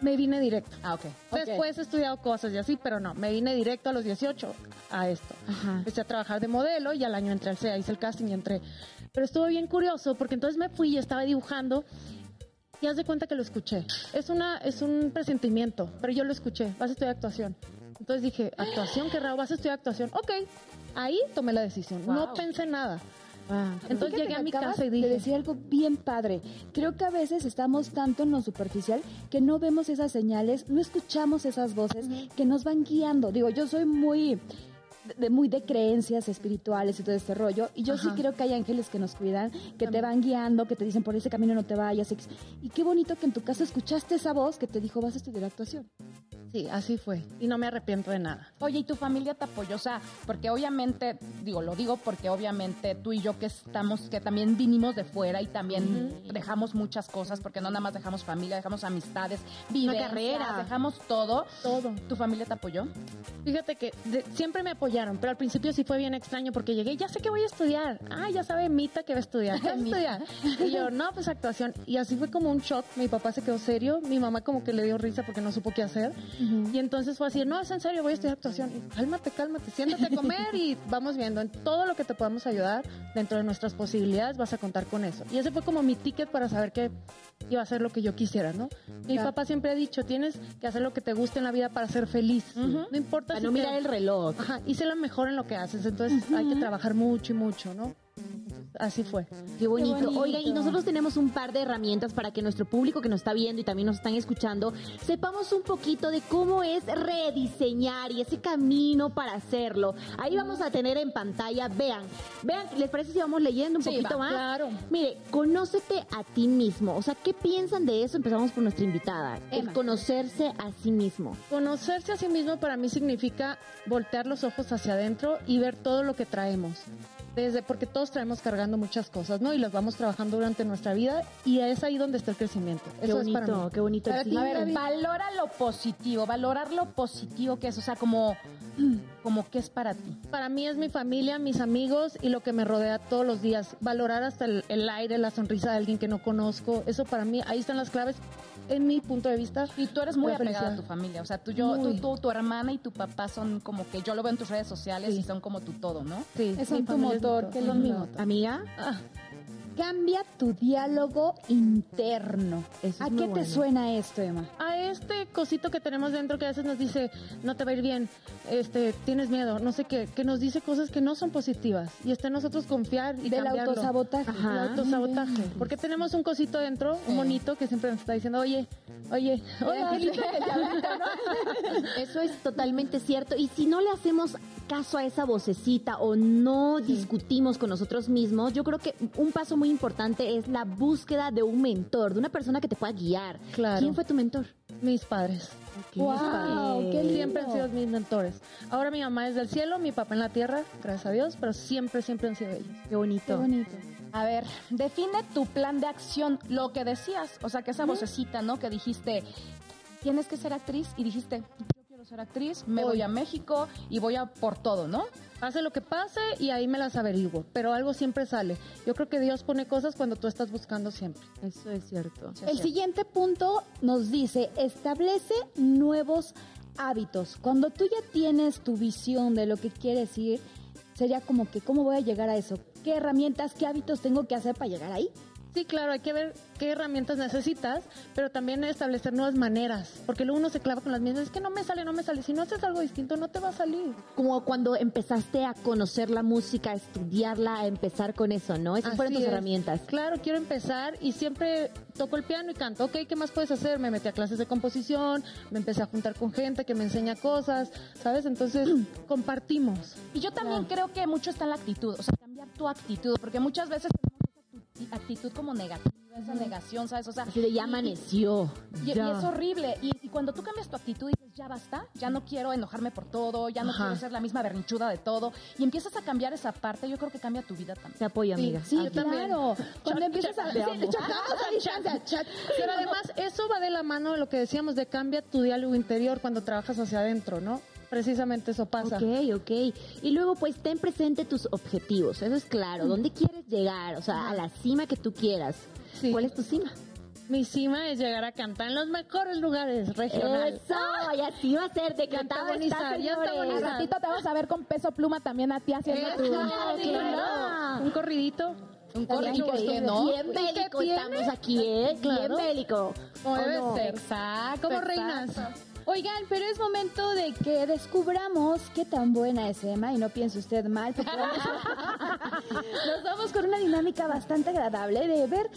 Me vine directo. Ah, ok. Después he estudiado cosas y así, pero no, me vine directo a los 18 a esto. Ajá. Empecé a trabajar de modelo y al año entré al CEA, hice el casting y entré. Pero estuvo bien curioso porque entonces me fui y estaba dibujando y haz de cuenta que lo escuché. Es, una, es un presentimiento, pero yo lo escuché. Vas a estudiar actuación. Entonces dije, actuación, qué raro, vas a estudiar actuación. Ok, ahí tomé la decisión. No Wow. pensé nada. Entonces Fíjate, llegué a me mi acabas casa y dije, De decir algo bien padre. Creo que a veces estamos tanto en lo superficial que no vemos esas señales, no escuchamos esas voces que nos van guiando. Digo, yo soy muy. De, muy de creencias espirituales y todo este rollo. Y yo Ajá. sí creo que hay ángeles que nos cuidan, que te También. van guiando, que te dicen por ese camino no te vayas. ex- Y qué bonito que en tu casa escuchaste esa voz que te dijo vas a estudiar actuación. sí, así fue. Y no me arrepiento de nada. Oye, ¿y tu familia te apoyó? O sea, porque obviamente, digo, lo digo porque obviamente tú y yo que estamos, que también vinimos de fuera y también dejamos muchas cosas, porque no nada más dejamos familia, dejamos amistades, vivencias, carrera. dejamos todo. Todo. ¿Tu familia te apoyó? Fíjate que de- siempre me apoyaron, pero al principio sí fue bien extraño porque llegué, ya sé que voy a estudiar. Ah, ya sabe Mita que va a estudiar. ¿Qué vas a estudiar? Y yo, no, pues actuación. Y así fue como un shock. Mi papá se quedó serio, mi mamá como que le dio risa porque no supo qué hacer. Y entonces fue así, no, es en serio, voy a estudiar actuación. Y, cálmate, cálmate, siéntate a comer y vamos viendo en todo lo que te podamos ayudar dentro de nuestras posibilidades, vas a contar con eso. Y ese fue como mi ticket para saber que iba a hacer lo que yo quisiera, ¿no? Mi Claro. papá siempre ha dicho, tienes que hacer lo que te guste en la vida para ser feliz. No importa Para si no te- mirar el reloj. Ajá, y sé la mejor en lo que haces, entonces hay que trabajar mucho y mucho, ¿no? Así fue. Qué bonito. bonito. Oigan, y nosotros tenemos un par de herramientas para que nuestro público que nos está viendo y también nos están escuchando sepamos un poquito de cómo es rediseñar y ese camino para hacerlo. Ahí vamos a tener en pantalla, vean, vean, ¿les parece si vamos leyendo un Sí, poquito va, más? claro. Mire, conócete a ti mismo. O sea, ¿qué piensan de eso? Empezamos por nuestra invitada. El Emma. conocerse a sí mismo. Conocerse a sí mismo para mí significa voltear los ojos hacia adentro y ver todo lo que traemos. Desde, porque todos traemos cargando muchas cosas, ¿no? Y las vamos trabajando durante nuestra vida y es ahí donde está el crecimiento. Qué Eso es para bonito, mí. qué bonito. Para Sí. ti, A ver, Gaby. valora lo positivo, valorar lo positivo que es, o sea, como, como qué es para ti. Para mí es mi familia, mis amigos y lo que me rodea todos los días. Valorar hasta el, el aire, la sonrisa de alguien que no conozco. Eso para mí, ahí están las claves en mi punto de vista. Y tú eres muy la apegada a tu felicidad. familia, o sea, tú, yo, Muy. tú, tú- tu hermana y tu papá son como que yo lo veo en tus redes sociales y son como tu todo, ¿no? Sí, Es mi en tu familia es mi motor, todo. que es lo Ujú. mismo. Amiga, Ah. Cambia tu diálogo interno. Eso es ¿A muy qué te bueno. suena esto, Emma? a este cosito que tenemos dentro que a veces nos dice, no te va a ir bien, este, tienes miedo, no sé qué, que nos dice cosas que no son positivas y está en nosotros confiar y Del cambiarlo. autosabotaje. Ajá. El autosabotaje. Porque tenemos un cosito dentro, un monito que siempre nos está diciendo, oye, oye, hola, Angelita. Eso es totalmente cierto. Y si no le hacemos caso a esa vocecita o no discutimos con nosotros mismos, yo creo que un paso muy importante es la búsqueda de un mentor, de una persona que te pueda guiar. Claro. ¿Quién fue tu mentor? Mis padres. Mis padres. qué lindo. Siempre han sido mis mentores. Ahora mi mamá es del cielo, mi papá en la tierra, gracias a Dios, pero siempre, siempre han sido ellos. Qué bonito. Qué bonito. A ver, define tu plan de acción, lo que decías, o sea, que esa vocecita, ¿no? Que dijiste, tienes que ser actriz y dijiste, yo quiero ser actriz, me voy a México y voy a por todo, ¿no? Pase lo que pase y ahí me las averiguo, pero algo siempre sale. Yo creo que Dios pone cosas cuando tú estás buscando siempre. Eso es cierto. El siguiente este punto nos dice, establece nuevos hábitos. Cuando tú ya tienes tu visión de lo que quieres ir, sería como que, ¿cómo voy a llegar a eso? ¿Qué herramientas, qué hábitos tengo que hacer para llegar ahí? Sí, claro, hay que ver qué herramientas necesitas, pero también establecer nuevas maneras, porque luego uno se clava con las mismas, es que no me sale, no me sale, si no haces algo distinto no te va a salir. Como cuando empezaste a conocer la música, a estudiarla, a empezar con eso, ¿no? Esas fueron Así tus es. herramientas. Claro, quiero empezar y siempre toco el piano y canto. Ok, ¿qué más puedes hacer? Me metí a clases de composición, me empecé a juntar con gente que me enseña cosas, ¿sabes? Entonces, compartimos. Y yo también creo que mucho está en la actitud, o sea, cambiar tu actitud, porque muchas veces tenemos esa acti- actitud como negativa, esa negación, ¿sabes? O sea, Así de y- ya amaneció. Y, y ya. es horrible. Y, y cuando tú cambias tu actitud y dices, ya basta, ya no quiero enojarme por todo, ya no Ajá. quiero ser la misma berrinchuda de todo, y empiezas a cambiar esa parte, yo creo que cambia tu vida también. Te apoyo, amiga. Sí, Ah, yo también. Claro. Cuando empiezas a... Te sí, amo. chocamos a distancia, chat. Pero además, eso va de la mano de lo que decíamos de cambia tu diálogo interior cuando trabajas hacia adentro, ¿no? Precisamente eso pasa. Ok, ok. Y luego, pues, ten presente tus objetivos. Eso es Mm. claro. ¿Dónde quieres llegar? O sea, a la cima que tú quieras. Sí. ¿Cuál es tu cima? Mi cima es llegar a cantar en los mejores lugares regionales. Eso, y así va a ser. De Ya está cantar está, bonita, ya está señores. bonita. Ratito te vamos a ver con peso pluma también a ti haciendo Eh, tu... claro, claro. Un corridito. Un Estaría corrido, ¿por qué increíble. no? Bien ¿Y qué bélico tiene? estamos aquí, ¿eh? Claro. Bien bélico. Como debe ser. Exacto. Como exacto. reinas. Oigan, pero es momento de que descubramos qué tan buena es Emma y no piense usted mal, porque vamos a- nos vamos con una dinámica bastante agradable de ver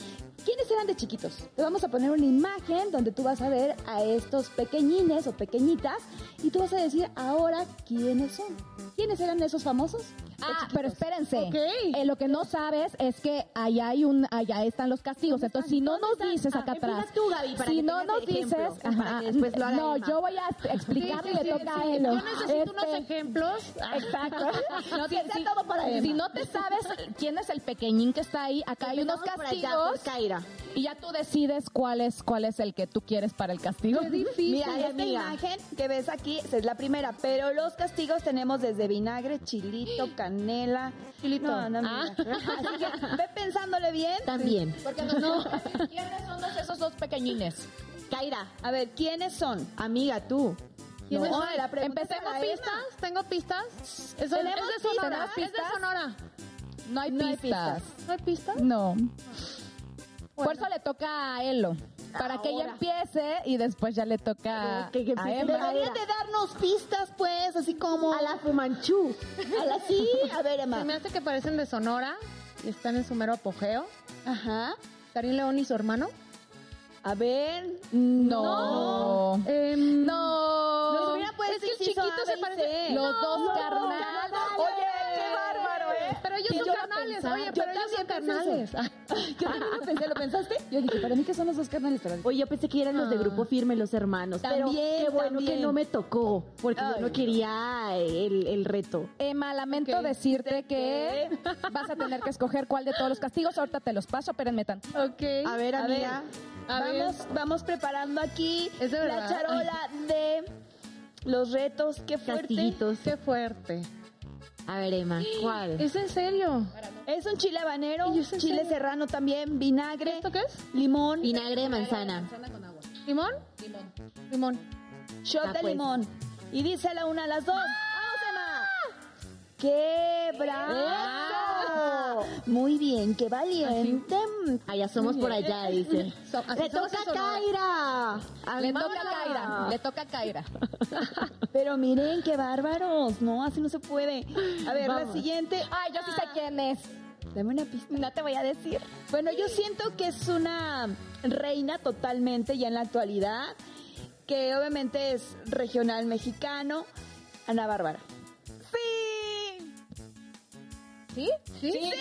quiénes eran de chiquitos. Te vamos a poner una imagen donde tú vas a ver a estos pequeñines o pequeñitas y tú vas a decir ahora quiénes son. ¿Quiénes eran esos famosos? Ah, pero espérense. Ok. Eh, lo que no sabes es que allá hay un, allá están los castigos. Entonces, si no nos dices acá atrás, Empieza tú, Gaby, para si que no tengas nos el ejemplo, dices, para que después lo haga no, Emma. yo voy a explicarle Sí, le sí, sí, toca sí. a él. Yo necesito unos Este, ejemplos. Exacto. No te- si, Emma. si no te sabes quién es el pequeñín que está ahí, acá hay unos Empezamos por allá, por castigos Kaira. y ya tú decides cuál es cuál es el que tú quieres para el castigo. Mira, Ay, esta amiga. imagen que ves aquí esa es la primera, pero los castigos tenemos desde vinagre, chilito, canela. Chilito. No, no, mira. Así que ve pensándole bien. También. Porque no, ¿quiénes son los- esos dos pequeñines? Kaira, A ver, ¿quiénes son? amiga, tú. No, ¿Quiénes son? la pregunta ¿Tengo era pistas? esa. ¿Tengo pistas? Es, es ¿Tenemos de Sonora. pistas? Es de Sonora. No hay No hay pistas. ¿No hay pistas? No. Por eso le toca a Elo. Para que ella empiece y después ya le Eh, toca Que- que a empiece Emma. Kaira. darnos pistas, pues, así como... A la Fumanchu. A la- sí, a ver, Se me hace que parecen de Sonora y están en su mero apogeo. Ajá. Karim León y su hermano. A ver. No. Em, No. Nos hubiera puesto es que el inciso chiquito A, B se y parece. C. No, Los dos no, no, carnal. no, Oye, no, qué no, bárbaro, ¿eh? Pero ellos Sí, son yo la carnales, pensaba. oye, Yo pero ellos son también carnales. Yo también lo pensé, ¿lo pensaste? Yo dije, para mí que son los dos carnales, pero Oye, yo pensé que eran los de grupo firme, los hermanos. También, pero qué bueno también. que no me tocó, porque yo no quería el, el reto. Emma, lamento decirte que vas a tener que escoger cuál de todos los castigos. Ahorita te los paso, espérenme tanto. Ok. A ver, A ver, amiga. A ver. vamos, vamos preparando aquí Es de la verdad. charola de los retos. Qué fuerte. Castiguitos. Qué fuerte. A ver, Emma, ¿cuál? ¿Es en serio? Es un chile habanero, ¿Y eso en chile serio? serrano también, vinagre, ¿Esto qué es? limón. Vinagre de manzana. ¿Limón? Limón. Limón. Shot Ah, de pues. limón. Y dice la una a las dos. ¡Vamos, Emma! ¡Qué bravo! Muy bien, qué valiente. Allá somos por allá, dice. So- así Le somos toca en Sonora. Kaira. Ah, Le Vámonos. toca a Kaira. Le toca a Kaira. Pero miren qué bárbaros. No, así no se puede. A ver, la Vamos. siguiente. Ah. Ay, yo sí sé quién es. Dame una pista. No te voy a decir. Bueno, yo siento que es una reina totalmente ya en la actualidad, que obviamente es regional mexicano, Ana Bárbara. ¡Sí! ¿Sí? Sí.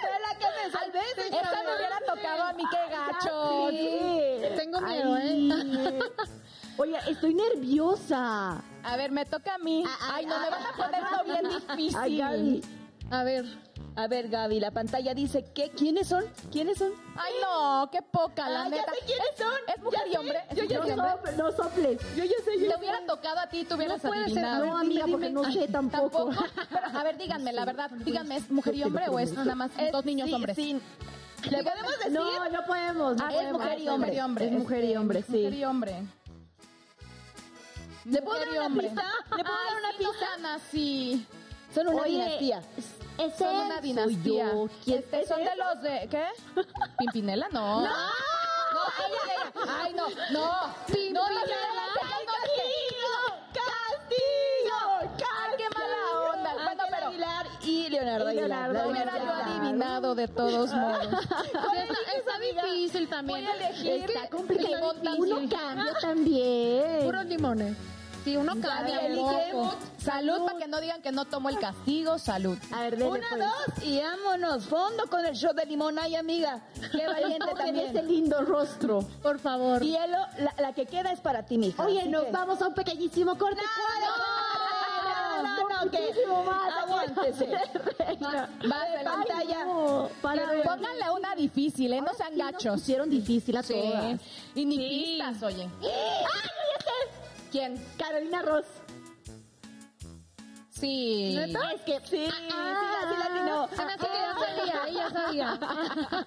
Fue la que me salvé. señora. Esta me hubiera tocado a mí, qué gacho. Tengo miedo, ¿eh? Oye, estoy nerviosa. A ver, me toca a mí. Ah, Ay, no, me van a ponerlo bien Ay, difícil. Gaby. A ver. A ver, Gaby, la pantalla dice Eh, que quiénes son, quiénes son. Ay, no, qué poca, la Ay, ya neta. sé quiénes Es- son. Es mujer Ya y sé, hombre. es yo ya mujer y sé. hombre. no soples. Yo ya sé, Te hubiera tocado a ti, te hubieras puede ser, adivinado. No, amiga, porque no sé tampoco. Pero, a ver, díganme, la verdad, díganme, ¿es mujer y hombre o es nada más dos niños hombres? ¿Le podemos decir? No, no podemos. Ah, es mujer y hombre. Es mujer y hombre, Este, Mujer sí. y hombre. ¿Le puedo dar una pista? ¿Le puedo dar una pista? sí. Son una Oye, dinastía. Ese Son una dinastía. soy yo. ¿Quién Este, es son de ese? los de. ¿Qué? ¿Pimpinela? No. ¡No! ella, ella. ¡Ay, no! ¡No! ¡No, no, no, no, no, no, es que- ¡Castillo! ¡Ay, qué mala onda! Bueno, pero. Aguilar y Leonardo Y Aguilar. Leonardo Hubiera yo Aguilar. adivinado de todos modos. Sí, está, está difícil también. Voy a elegir Está complicado. limón tan Uno difícil. cambia Ah, también. Puros limones. Sí, uno cambia Salud, un poco. Salud para que no digan que no tomo el castigo. Salud. A ver, dele, Una, pues. dos y vámonos. Fondo con el show de limón. Ay, amiga. Qué valiente Oye, ese también. lindo rostro. Por favor. Cielo, la, la que queda es para ti, mija. Oye, Así nos que- vamos a un pequeñísimo corte. No, no, no, no, no, que Muchísimo más. aguántese. Vas, Ay, Belén. no, para ver. Pónganle una difícil, ¿eh? No sean Nos gachos. pusieron difícil a Sí. todas. Y ni pistas, oye. ¿Quién? Carolina Ross. Sí. Es que sí, sí, Ah, la atinó. Ah, Se me hace que ya sabía, ahí ya sabía.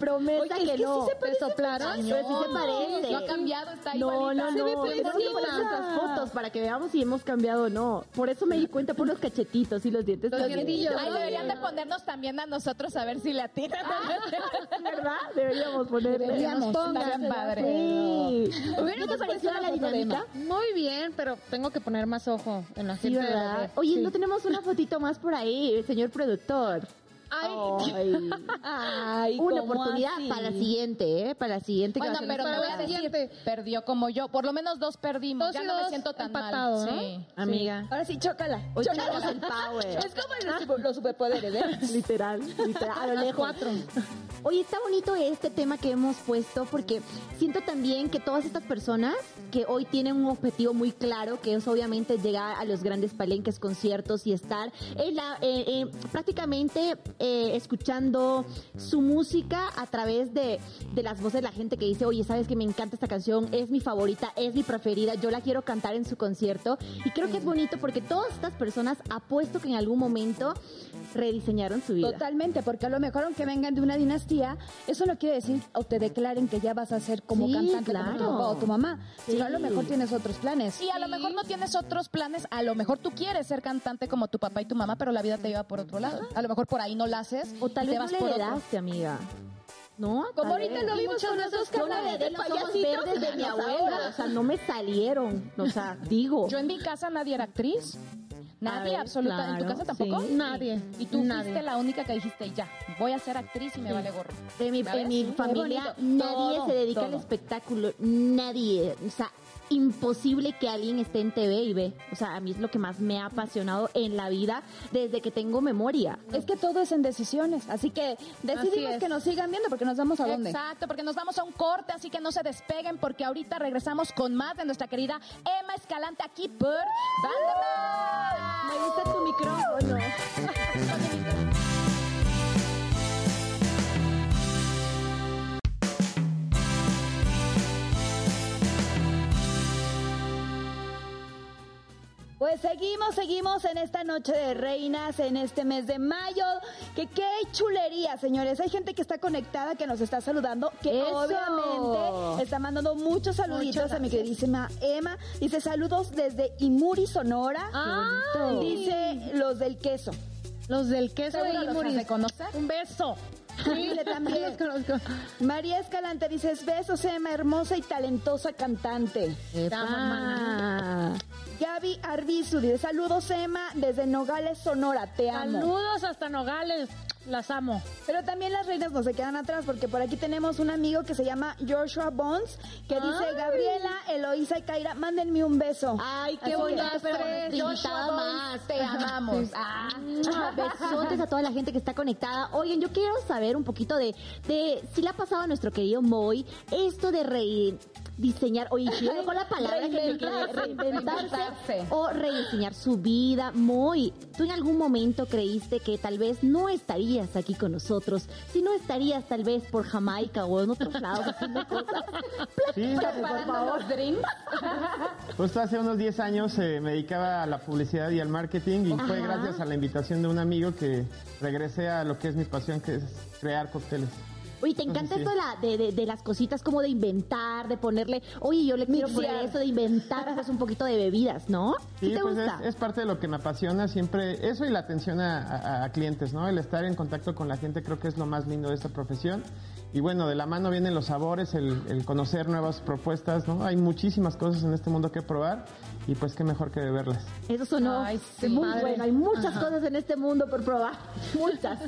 Promesa Oye, es que que no. sí se ¿Te soplaron? Pero sí se parece. No ha cambiado, está ahí. No, no, igualita. pues, no. ve Tenemos que poner preciosa. nuestras fotos para que veamos si hemos cambiado o no. Por eso me di cuenta por los cachetitos y los dientes. Los también. dientillos. Ay, deberían de ponernos también a nosotros a ver si le atinan. ¿Verdad? Deberíamos ponerle. Deberíamos. pongan. Estaría padre. Sí. Hubiéramos ¿Qué te pareció puesto la una foto de dinámica? Emma. Muy bien, pero tengo que poner más ojo en la Sí, gente de ¿verdad? bebé. Oye, Sí. no tenemos una fotito más por ahí, señor productor. Ay, Oh. Ay. Ay, Una ¿cómo oportunidad así? para la siguiente, ¿eh? Para la siguiente. que Bueno, va a ser pero nuestra te voy a boda. decir, perdió como yo. Por lo menos dos perdimos. Dos y ya no me dos siento tan empatado, mal. ¿no? Sí. Amiga. Ahora sí, chócala. Hoy chócala. tenemos el power. Es como los, super- los superpoderes, ¿eh? Literal, literal, a lo lejos. Oye, está bonito este tema que hemos puesto porque siento también que todas estas personas que hoy tienen un objetivo muy claro, que es obviamente llegar a los grandes palenques, conciertos y estar en la, eh, eh, prácticamente eh, escuchando su música a través de, de las voces de la gente que dice, oye, sabes que me encanta esta canción, es mi favorita, es mi preferida, yo la quiero cantar en su concierto. Y creo que es bonito porque todas estas personas apuesto que en algún momento rediseñaron su vida. Totalmente, porque a lo mejor aunque vengan de una dinastía, eso no quiere decir o te declaren que ya vas a ser como Sí, cantante como tu claro. papá o tu mamá, sino a lo Sí. mejor tienes otros planes. Y a lo mejor no tienes otros planes, a lo mejor tú quieres ser cantante como tu papá y tu mamá, pero la vida te lleva por otro lado. A lo mejor por ahí no la haces O tal y te vez vas no por le otro. heredaste, amiga. No, Como tal ahorita vez. lo vimos con esos Yo le canales heredé de los ojos payasitos. verdes de mi abuela, o sea, no me salieron, o sea, digo. Yo en mi casa nadie era actriz. Nadie, ver, absolutamente. ¿En tu claro, casa tampoco? sí. Nadie. Y tú Nadie. fuiste la única que dijiste, ya, voy a ser actriz y me vale gorro. De mi, ¿Sabes? en mi Qué familia bonito. nadie Todo, se dedica al todo. espectáculo, nadie, o sea, imposible que alguien esté en TV y ve, o sea, a mí es lo que más me ha apasionado en la vida desde que tengo memoria. Es que todo es en decisiones, así que decidimos es. que nos sigan viendo porque nos vamos a dónde. Exacto, porque nos vamos a un corte, así que no se despeguen porque ahorita regresamos con más de nuestra querida Emma Escalante aquí por Bandana. Me gusta tu micrófono. Pues seguimos, seguimos en esta noche de reinas, en este mes de mayo. Que qué chulería, señores. Hay gente que está conectada, que nos está saludando, que ¡Eso! obviamente está mandando muchos saluditos Muchas a mi gracias. queridísima Emma. Dice saludos desde Imuri, Sonora. ¡Ay! Dice los del queso. Los del queso de ¿Seguro los Imuris. has de conocer? Un beso. Dile también. Los conozco. María Escalante dices, besos, Emma, hermosa y talentosa cantante. Ah. Gaby Arbizu dice, saludos, Emma, desde Nogales, Sonora, te amo. Saludos hasta Nogales. Las amo. Pero también las reinas no se quedan atrás, porque por aquí tenemos un amigo que se llama Joshua Bones, que dice, Gabriela, Eloísa y Kaira, mándenme un beso. Ay, Así qué bonito, que- pero Joshua invitada más. Te amamos. Ah, besotes a toda la gente que está conectada. Oigan, yo quiero saber un poquito de, de si le ha pasado a nuestro querido Moy esto de rediseñar o iniciar con la palabra que me quedé, reinventarse Reinventarse. o rediseñar su vida. Moy, ¿tú en algún momento creíste que tal vez no estarías aquí con nosotros? Si no estarías tal vez por Jamaica o en otros lados haciendo cosas. Sí, Preparando los drinks. Justo hace unos 10 años eh, me dedicaba a la publicidad y al marketing y fue Ajá. gracias a la invitación de un amigo que regresé a lo que es mi pasión, que es crear cócteles. Oye, ¿te encanta Sí. esto de, la- de- de- de las cositas como de inventar, de ponerle, oye, yo le quiero poner eso de inventar, haces un poquito de bebidas, ¿no? ¿Sí, te pues es, gusta? es parte de lo que me apasiona siempre, eso y la atención a, a- a clientes, ¿no? El estar en contacto con la gente creo que es lo más lindo de esta profesión. Y bueno, de la mano vienen los sabores, el, el conocer nuevas propuestas, ¿no? Hay muchísimas cosas en este mundo que probar y pues qué mejor que beberlas. Eso sonó Ay, sí, muy padre. bueno. Hay muchas cosas en este mundo por probar. Muchas.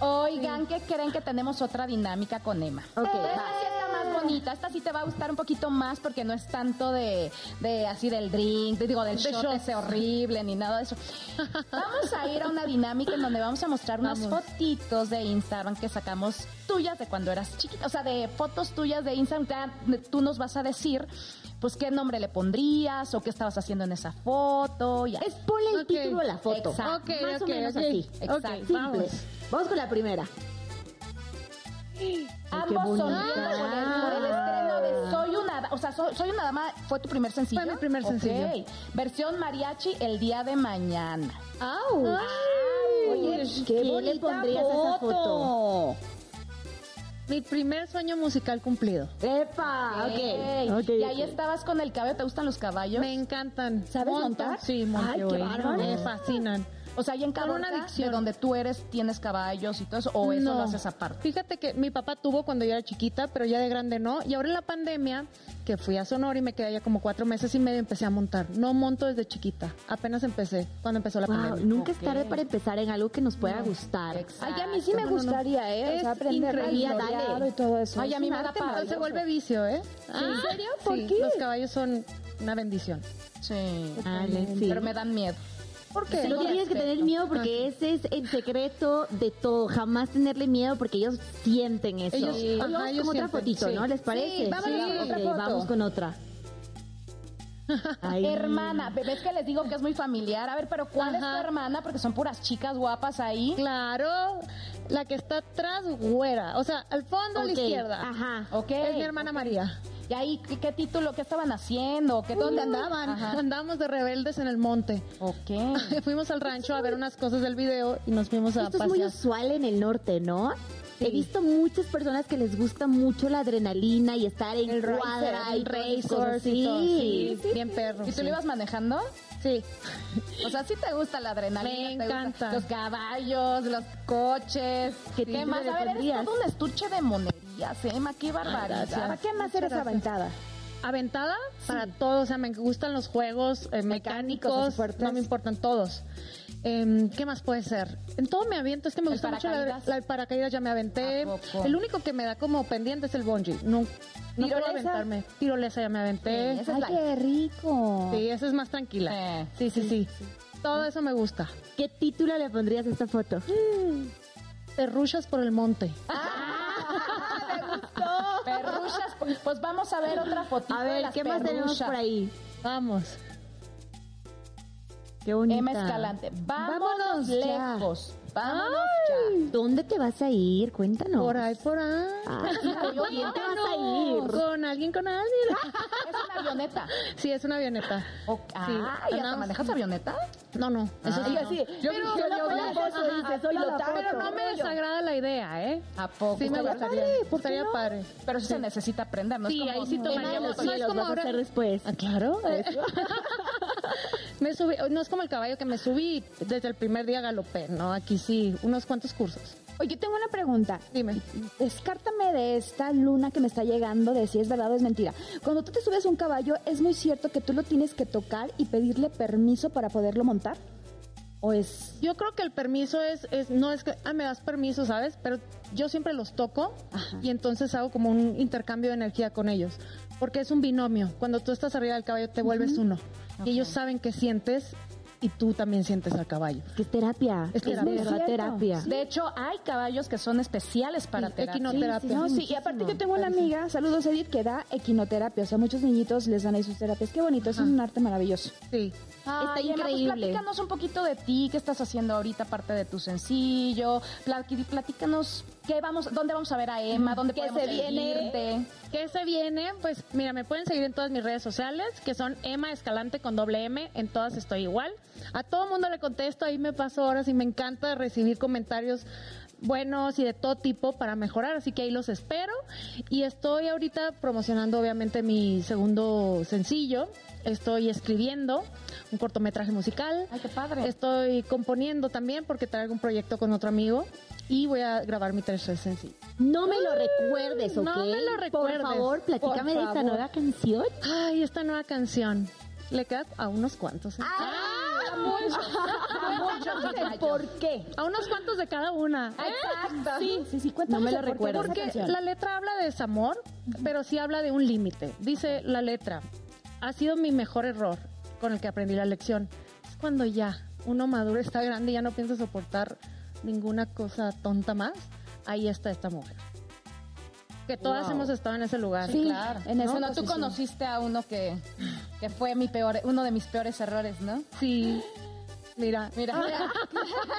Oigan, ¿qué creen que tenemos otra dinámica con Emma? Ok, Esta va. sí está más bonita, esta sí te va a gustar un poquito más porque no es tanto de, de así del drink, de- digo, del De shot shots. ese horrible ni nada de eso. Vamos a ir a una dinámica en donde vamos a mostrar unas Vamos. fotitos de Instagram que sacamos tuyas de cuando eras chiquita, o sea, de fotos tuyas de Instagram, ya tú nos vas a decir pues qué nombre le pondrías o qué estabas haciendo en esa foto y Es ponle el Ok. título a la foto. Exacto. Ok, Más o ok, menos ok. así. Ok, Exacto. Simple. vamos. Vamos con la primera. Ambos bonita. sonriendo por el, por el estreno de Soy una, da- o sea, Soy, Soy una dama fue tu primer sencillo. Fue mi primer Ok. sencillo. Versión mariachi el día de mañana. ¡Au! Oye, ¿qué, le pondrías a esa foto? Mi primer sueño musical cumplido. ¡Epa! Ok. Ok. y ahí estabas con el cabello. ¿Te gustan los caballos? Me encantan. ¿Sabes Monto, montar? Sí, monto. Ay, qué güey. bárbaro. Me fascinan. O sea, y en cada Con una adicción. de donde tú eres tienes caballos y todo eso, o eso No. lo haces aparte. Fíjate que mi papá tuvo cuando yo era chiquita, pero ya de grande no. Y ahora en la pandemia, que fui a Sonora y me quedé allá como cuatro meses y medio, empecé a montar. No monto desde chiquita. Apenas empecé, cuando empezó la Wow, pandemia. nunca es tarde para empezar en algo que nos pueda gustar. Exacto. Ay, a Ah, mí sí me No, no, no. gustaría, ¿eh? Es o sea, aprender increíble, al dale. floreado y todo eso. Ay, a Es mí un me arte da Entonces se maravilloso. vuelve vicio, ¿eh? ¿En serio? ¿Por Sí, qué? Los caballos son una bendición. Sí. Dale, Ah, sí. Pero me dan miedo. ¿Por qué? No tienes que tener miedo porque ese es el secreto de todo. Jamás tenerle miedo porque ellos sienten eso. Ellos- Oye, ajá, vamos ellos con otra sienten, fotito, sí. ¿no? ¿Les Sí, parece? vámonos con otra ok, foto. vamos con otra. Ay. Hermana, ves que les digo que es muy familiar. A ver, pero ¿cuál es Ajá. tu hermana? Porque son puras chicas guapas ahí. Claro, la que está atrás, güera. O sea, al fondo Ok, a la izquierda. Ajá. Ok. Es mi hermana María. ¿Y ahí qué, qué título? ¿Qué estaban haciendo? ¿Qué ¿Dónde andaban? Ajá. Andábamos de rebeldes en el monte. Ok. fuimos al rancho a ver unas cosas del video y nos fuimos a Esto es pasear. muy usual en el norte, ¿no? He visto muchas personas que les gusta mucho la adrenalina y estar en el cuadra rider, y el todas esas racer, cosas. sí, todo, Sí. sí, bien perro. ¿Y tú sí. lo ibas manejando? Sí. O sea, sí te gusta la adrenalina. te gusta Me encanta. Los caballos, los coches. ¿Qué ¿Qué, título más? le A ver, pondrías? eres todo un estuche de monerías, Emma. Qué barbaridad. ¿Para qué más eres aventada? Aventada para todos, o sea, me gustan los juegos eh, Mecánicos, mecánicos, así fuertes. no me importan todos. Em, ¿Qué más puede ser? En todo me aviento, es que me ¿El gusta mucho la, paracaídas? la- el paracaídas, ya me aventé. ¿A poco? El único que me da como pendiente es el bungee. No, no puedo ¿Tirolesa? aventarme. Tirolesa ya me aventé. Sí, Sí, esa- esa, Ay, qué rico. es más tranquila. Eh, sí, sí, sí, Todo eso me gusta. ¿Qué título le pondrías a esta foto? Perruchas por el monte. Perruchas. Pues, pues vamos a ver otra fotito A de ver, las ¿qué más tenemos perruchas. por ahí? Vamos. Qué bonita. Emma Escalante. Vámonos, Vámonos ya. lejos. Vámonos ya. ¿Dónde te vas a ir? Cuéntanos. Por ahí, por ahí. Ah, ¿con quién te vas a ir? Con alguien, con alguien. Es una avioneta. Sí, es una avioneta. O- ah, ¿y hasta andamos. manejas avioneta? No, no. Eso sí. no. Yo yo yo voy Ah. la a- foto, ajá, dice, soy no, lo tanto. Pero no me desagrada la idea, ¿eh? ¿A Oh, poco? Sí, me pues, Estaría gustaría. padre, ¿Por estaría padre. Pero eso se necesita aprender, ¿no? Es Sí, como- ahí sí no, tomaría no, los no, no, es como vas a ahora- hacer después. Ah, claro. me subí, no es como el caballo que me subí y desde el primer día galopé, ¿no? Aquí sí, unos cuantos cursos. Oye, tengo una pregunta. Dime. Descártame de esta luna que me está llegando de si es verdad o es mentira. Cuando tú te subes a un caballo, ¿es muy cierto que tú lo tienes que tocar y pedirle permiso para poderlo montar? ¿O es...? Yo creo que el permiso es, es no es que, ah, me das permiso, ¿sabes? Pero yo siempre los toco y entonces hago como un intercambio de energía con ellos. Porque es un binomio. Cuando tú estás arriba del caballo te vuelves uno. Y ellos saben que sientes y tú también sientes al caballo. Que es terapia. Es terapia. de verdad terapia. De hecho, hay caballos que son especiales para Sí, terapia. equinoterapia. No, sí, y aparte yo tengo una amiga, saludos Edith, que da equinoterapia. O sea, muchos niñitos les dan ahí sus terapias. Qué bonito, eso es un arte maravilloso. Ay, Sí. Está Emma, pues increíble. platícanos un poquito de ti, qué estás haciendo ahorita, aparte de tu sencillo. Plati- Platícanos qué vamos, dónde vamos a ver a Emma, dónde ¿Qué podemos se viene? seguirte. ¿Qué se viene? Pues mira, me pueden seguir en todas mis redes sociales, que son Emma Escalante con doble M, en todas estoy igual. A todo mundo le contesto, ahí me paso horas y me encanta recibir comentarios buenos y de todo tipo para mejorar, así que ahí los espero. Y estoy ahorita promocionando obviamente mi segundo sencillo, estoy escribiendo un cortometraje musical. Ay, qué padre. Estoy componiendo también porque traigo un proyecto con otro amigo y voy a grabar mi tercer sencillo. No me Ah, lo recuerdes, ¿ok? No me lo recuerdes. Por favor, platícame de Por esta favor. nueva canción. Ay, esta nueva canción. Le queda a unos cuantos. ¿eh? ¿Por qué? A unos cuantos de cada una. Exacto. Sí, sí, sí, cuéntame. No me lo recuerdo. Porque la letra habla de desamor, pero sí habla de un límite. Dice la letra, ha sido mi mejor error con el que aprendí la lección. Es cuando ya uno maduro está grande y ya no piensa soportar ninguna cosa tonta más. Ahí está esta mujer. Que todas hemos estado en ese lugar. Sí, Claro. en esa bueno, tú posición. conociste a uno que, que fue mi peor, uno de mis peores errores, ¿no? Sí. Mira, Mira,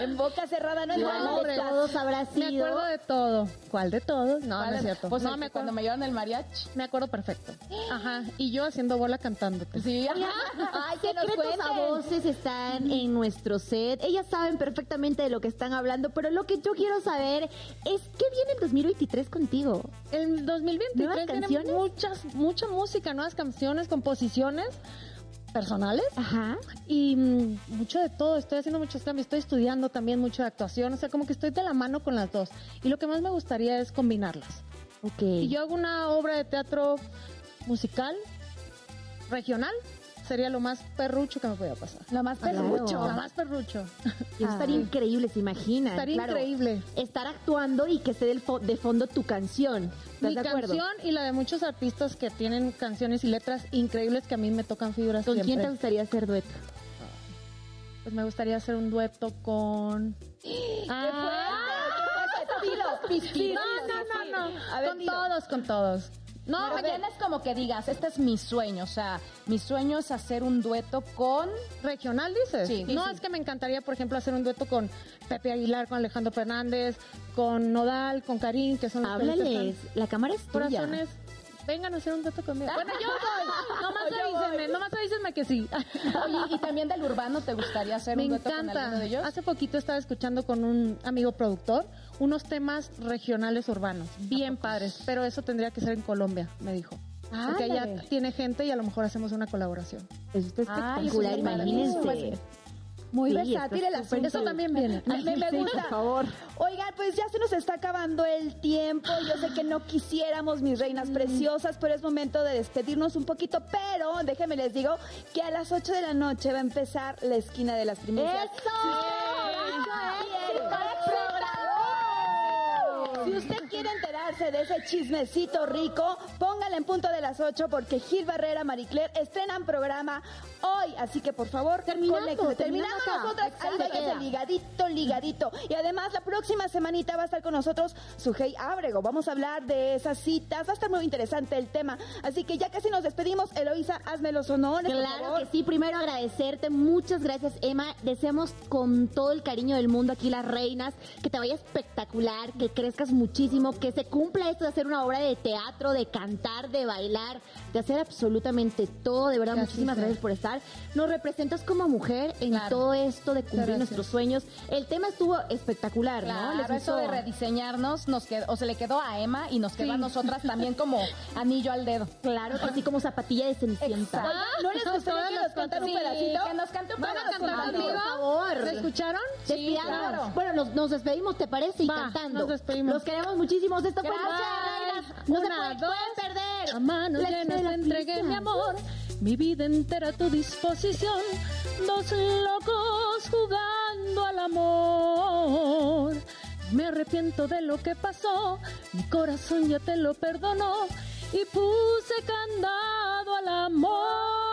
En boca cerrada no es ¿Cuál nada. de todos habrá me sido? acuerdo de todo. ¿Cuál de todos? No, no Vale, es cierto. pues no, el me que cuando acuerdo. me llevaron el mariachi. Me acuerdo perfecto. Ajá. Y yo haciendo bola cantándote. pues Sí, Ay, secretos a voces están en nuestro set. Ellas saben perfectamente de lo que están hablando, pero lo que yo quiero saber es qué viene el 2023 contigo. En 2023 ¿Nuevas tenemos canciones? muchas, mucha música, nuevas canciones, composiciones personales Ajá. y mm, mucho de todo. Estoy haciendo muchos cambios, estoy estudiando también mucho de actuación, o sea, como que estoy de la mano con las dos. Y lo que más me gustaría es combinarlas. Ok. Si yo hago una obra de teatro musical, regional, sería lo más perrucho que me podía pasar. Lo más Claro. perrucho. Lo más perrucho. Y eso estaría Ay. increíble, se imaginan. Estaría Claro, increíble. Estar actuando y que esté del fo- de fondo tu canción. ¿Estás Mi de acuerdo? canción y la de muchos artistas que tienen canciones y letras increíbles que a mí me tocan figuras ¿Con quién siempre. te gustaría hacer dueto? Pues me gustaría hacer un dueto con. Ah, no, no, no, no. con todos, con todos. No, No, oye, mañana es como que digas, este es mi sueño, o sea, mi sueño es hacer un dueto con... regional dices. Sí. no, Sí, sí. es que me encantaría, por ejemplo, hacer un dueto con Pepe Aguilar, con Alejandro Fernández, con Nodal, con Karim, que son los que ahorita Háblales, están- la cámara es tuya. Corazones. Vengan a hacer un dueto conmigo. Bueno, yo voy. Nomás avísenme, nomás avísenme que sí. Oye, y también del urbano, ¿te gustaría hacer Me un dueto con alguno encanta. de ellos? Hace poquito estaba escuchando con un amigo productor unos temas regionales urbanos, bien padres, pero eso tendría que ser en Colombia, me dijo. Porque allá tiene gente y a lo mejor hacemos una colaboración. Eso está Ah, Ay, Pues espectacular, eso Pues, es imagínense. maravilloso. Muy Sí, versátil está el súper asunto. Eso también viene. Me, me- me Sí, gusta. por favor. Oigan, pues ya se nos está acabando el tiempo. Yo sé que no quisiéramos, mis reinas preciosas, pero es momento de despedirnos un poquito. Pero déjenme les digo que a las 8 de la noche va a empezar la esquina de las primicias. ¡Eso! Sí. ¡Eso es! Y el ¡Bravo! programa. Si usted quiere quiere enterarse de ese chismecito rico, póngale en punto de las 8 porque Gil Barrera, Maricler estrenan programa hoy. Así que por favor, Terminando, conéctense. terminando terminamos acá. nosotras. Ahí Exacto. váyase ligadito, ligadito. Y además, la próxima semanita va a estar con nosotros Sujei Ábrego. Vamos a hablar de esas citas. Va a estar muy interesante el tema. Así que ya casi nos despedimos. Eloisa, hazme los honores. por Claro favor. que sí, primero agradecerte, muchas gracias Emma, deseamos con todo el cariño del mundo aquí las reinas, que te vaya espectacular, que crezcas muchísimo, que se cumpla esto de hacer una obra de teatro, de cantar, de bailar, de hacer absolutamente todo, de verdad Que así muchísimas sea. gracias por estar, nos representas como mujer en Claro. todo esto de cumplir gracias. nuestros sueños, el tema estuvo espectacular, ¿no? Claro, Les eso de gustó. rediseñarnos nos quedó, o se le quedó a Emma y nos quedó a nosotras también como anillo al dedo. Claro, así como zapatilla de cenicienta. Oigan, Ah, ¿no les gustaría que nos cantaran un Sí, pedacito? que nos cante un ¿Van a pedacito. cantar Vamos, conmigo? por favor. favor. ¿Se escucharon? Despidamos. Bueno, nos, nos despedimos, ¿te parece? Y Va, cantando. nos despedimos. Los queremos muchísimo. Esto fue Gracias. Noche de Reinas. No Una, se pueden, dos. pueden perder. A manos La llenas te Estela entregué Pista. mi amor, mi vida entera a tu disposición. Dos locos jugando al amor. Me arrepiento de lo que pasó, mi corazón ya te lo perdonó y puse candado al amor.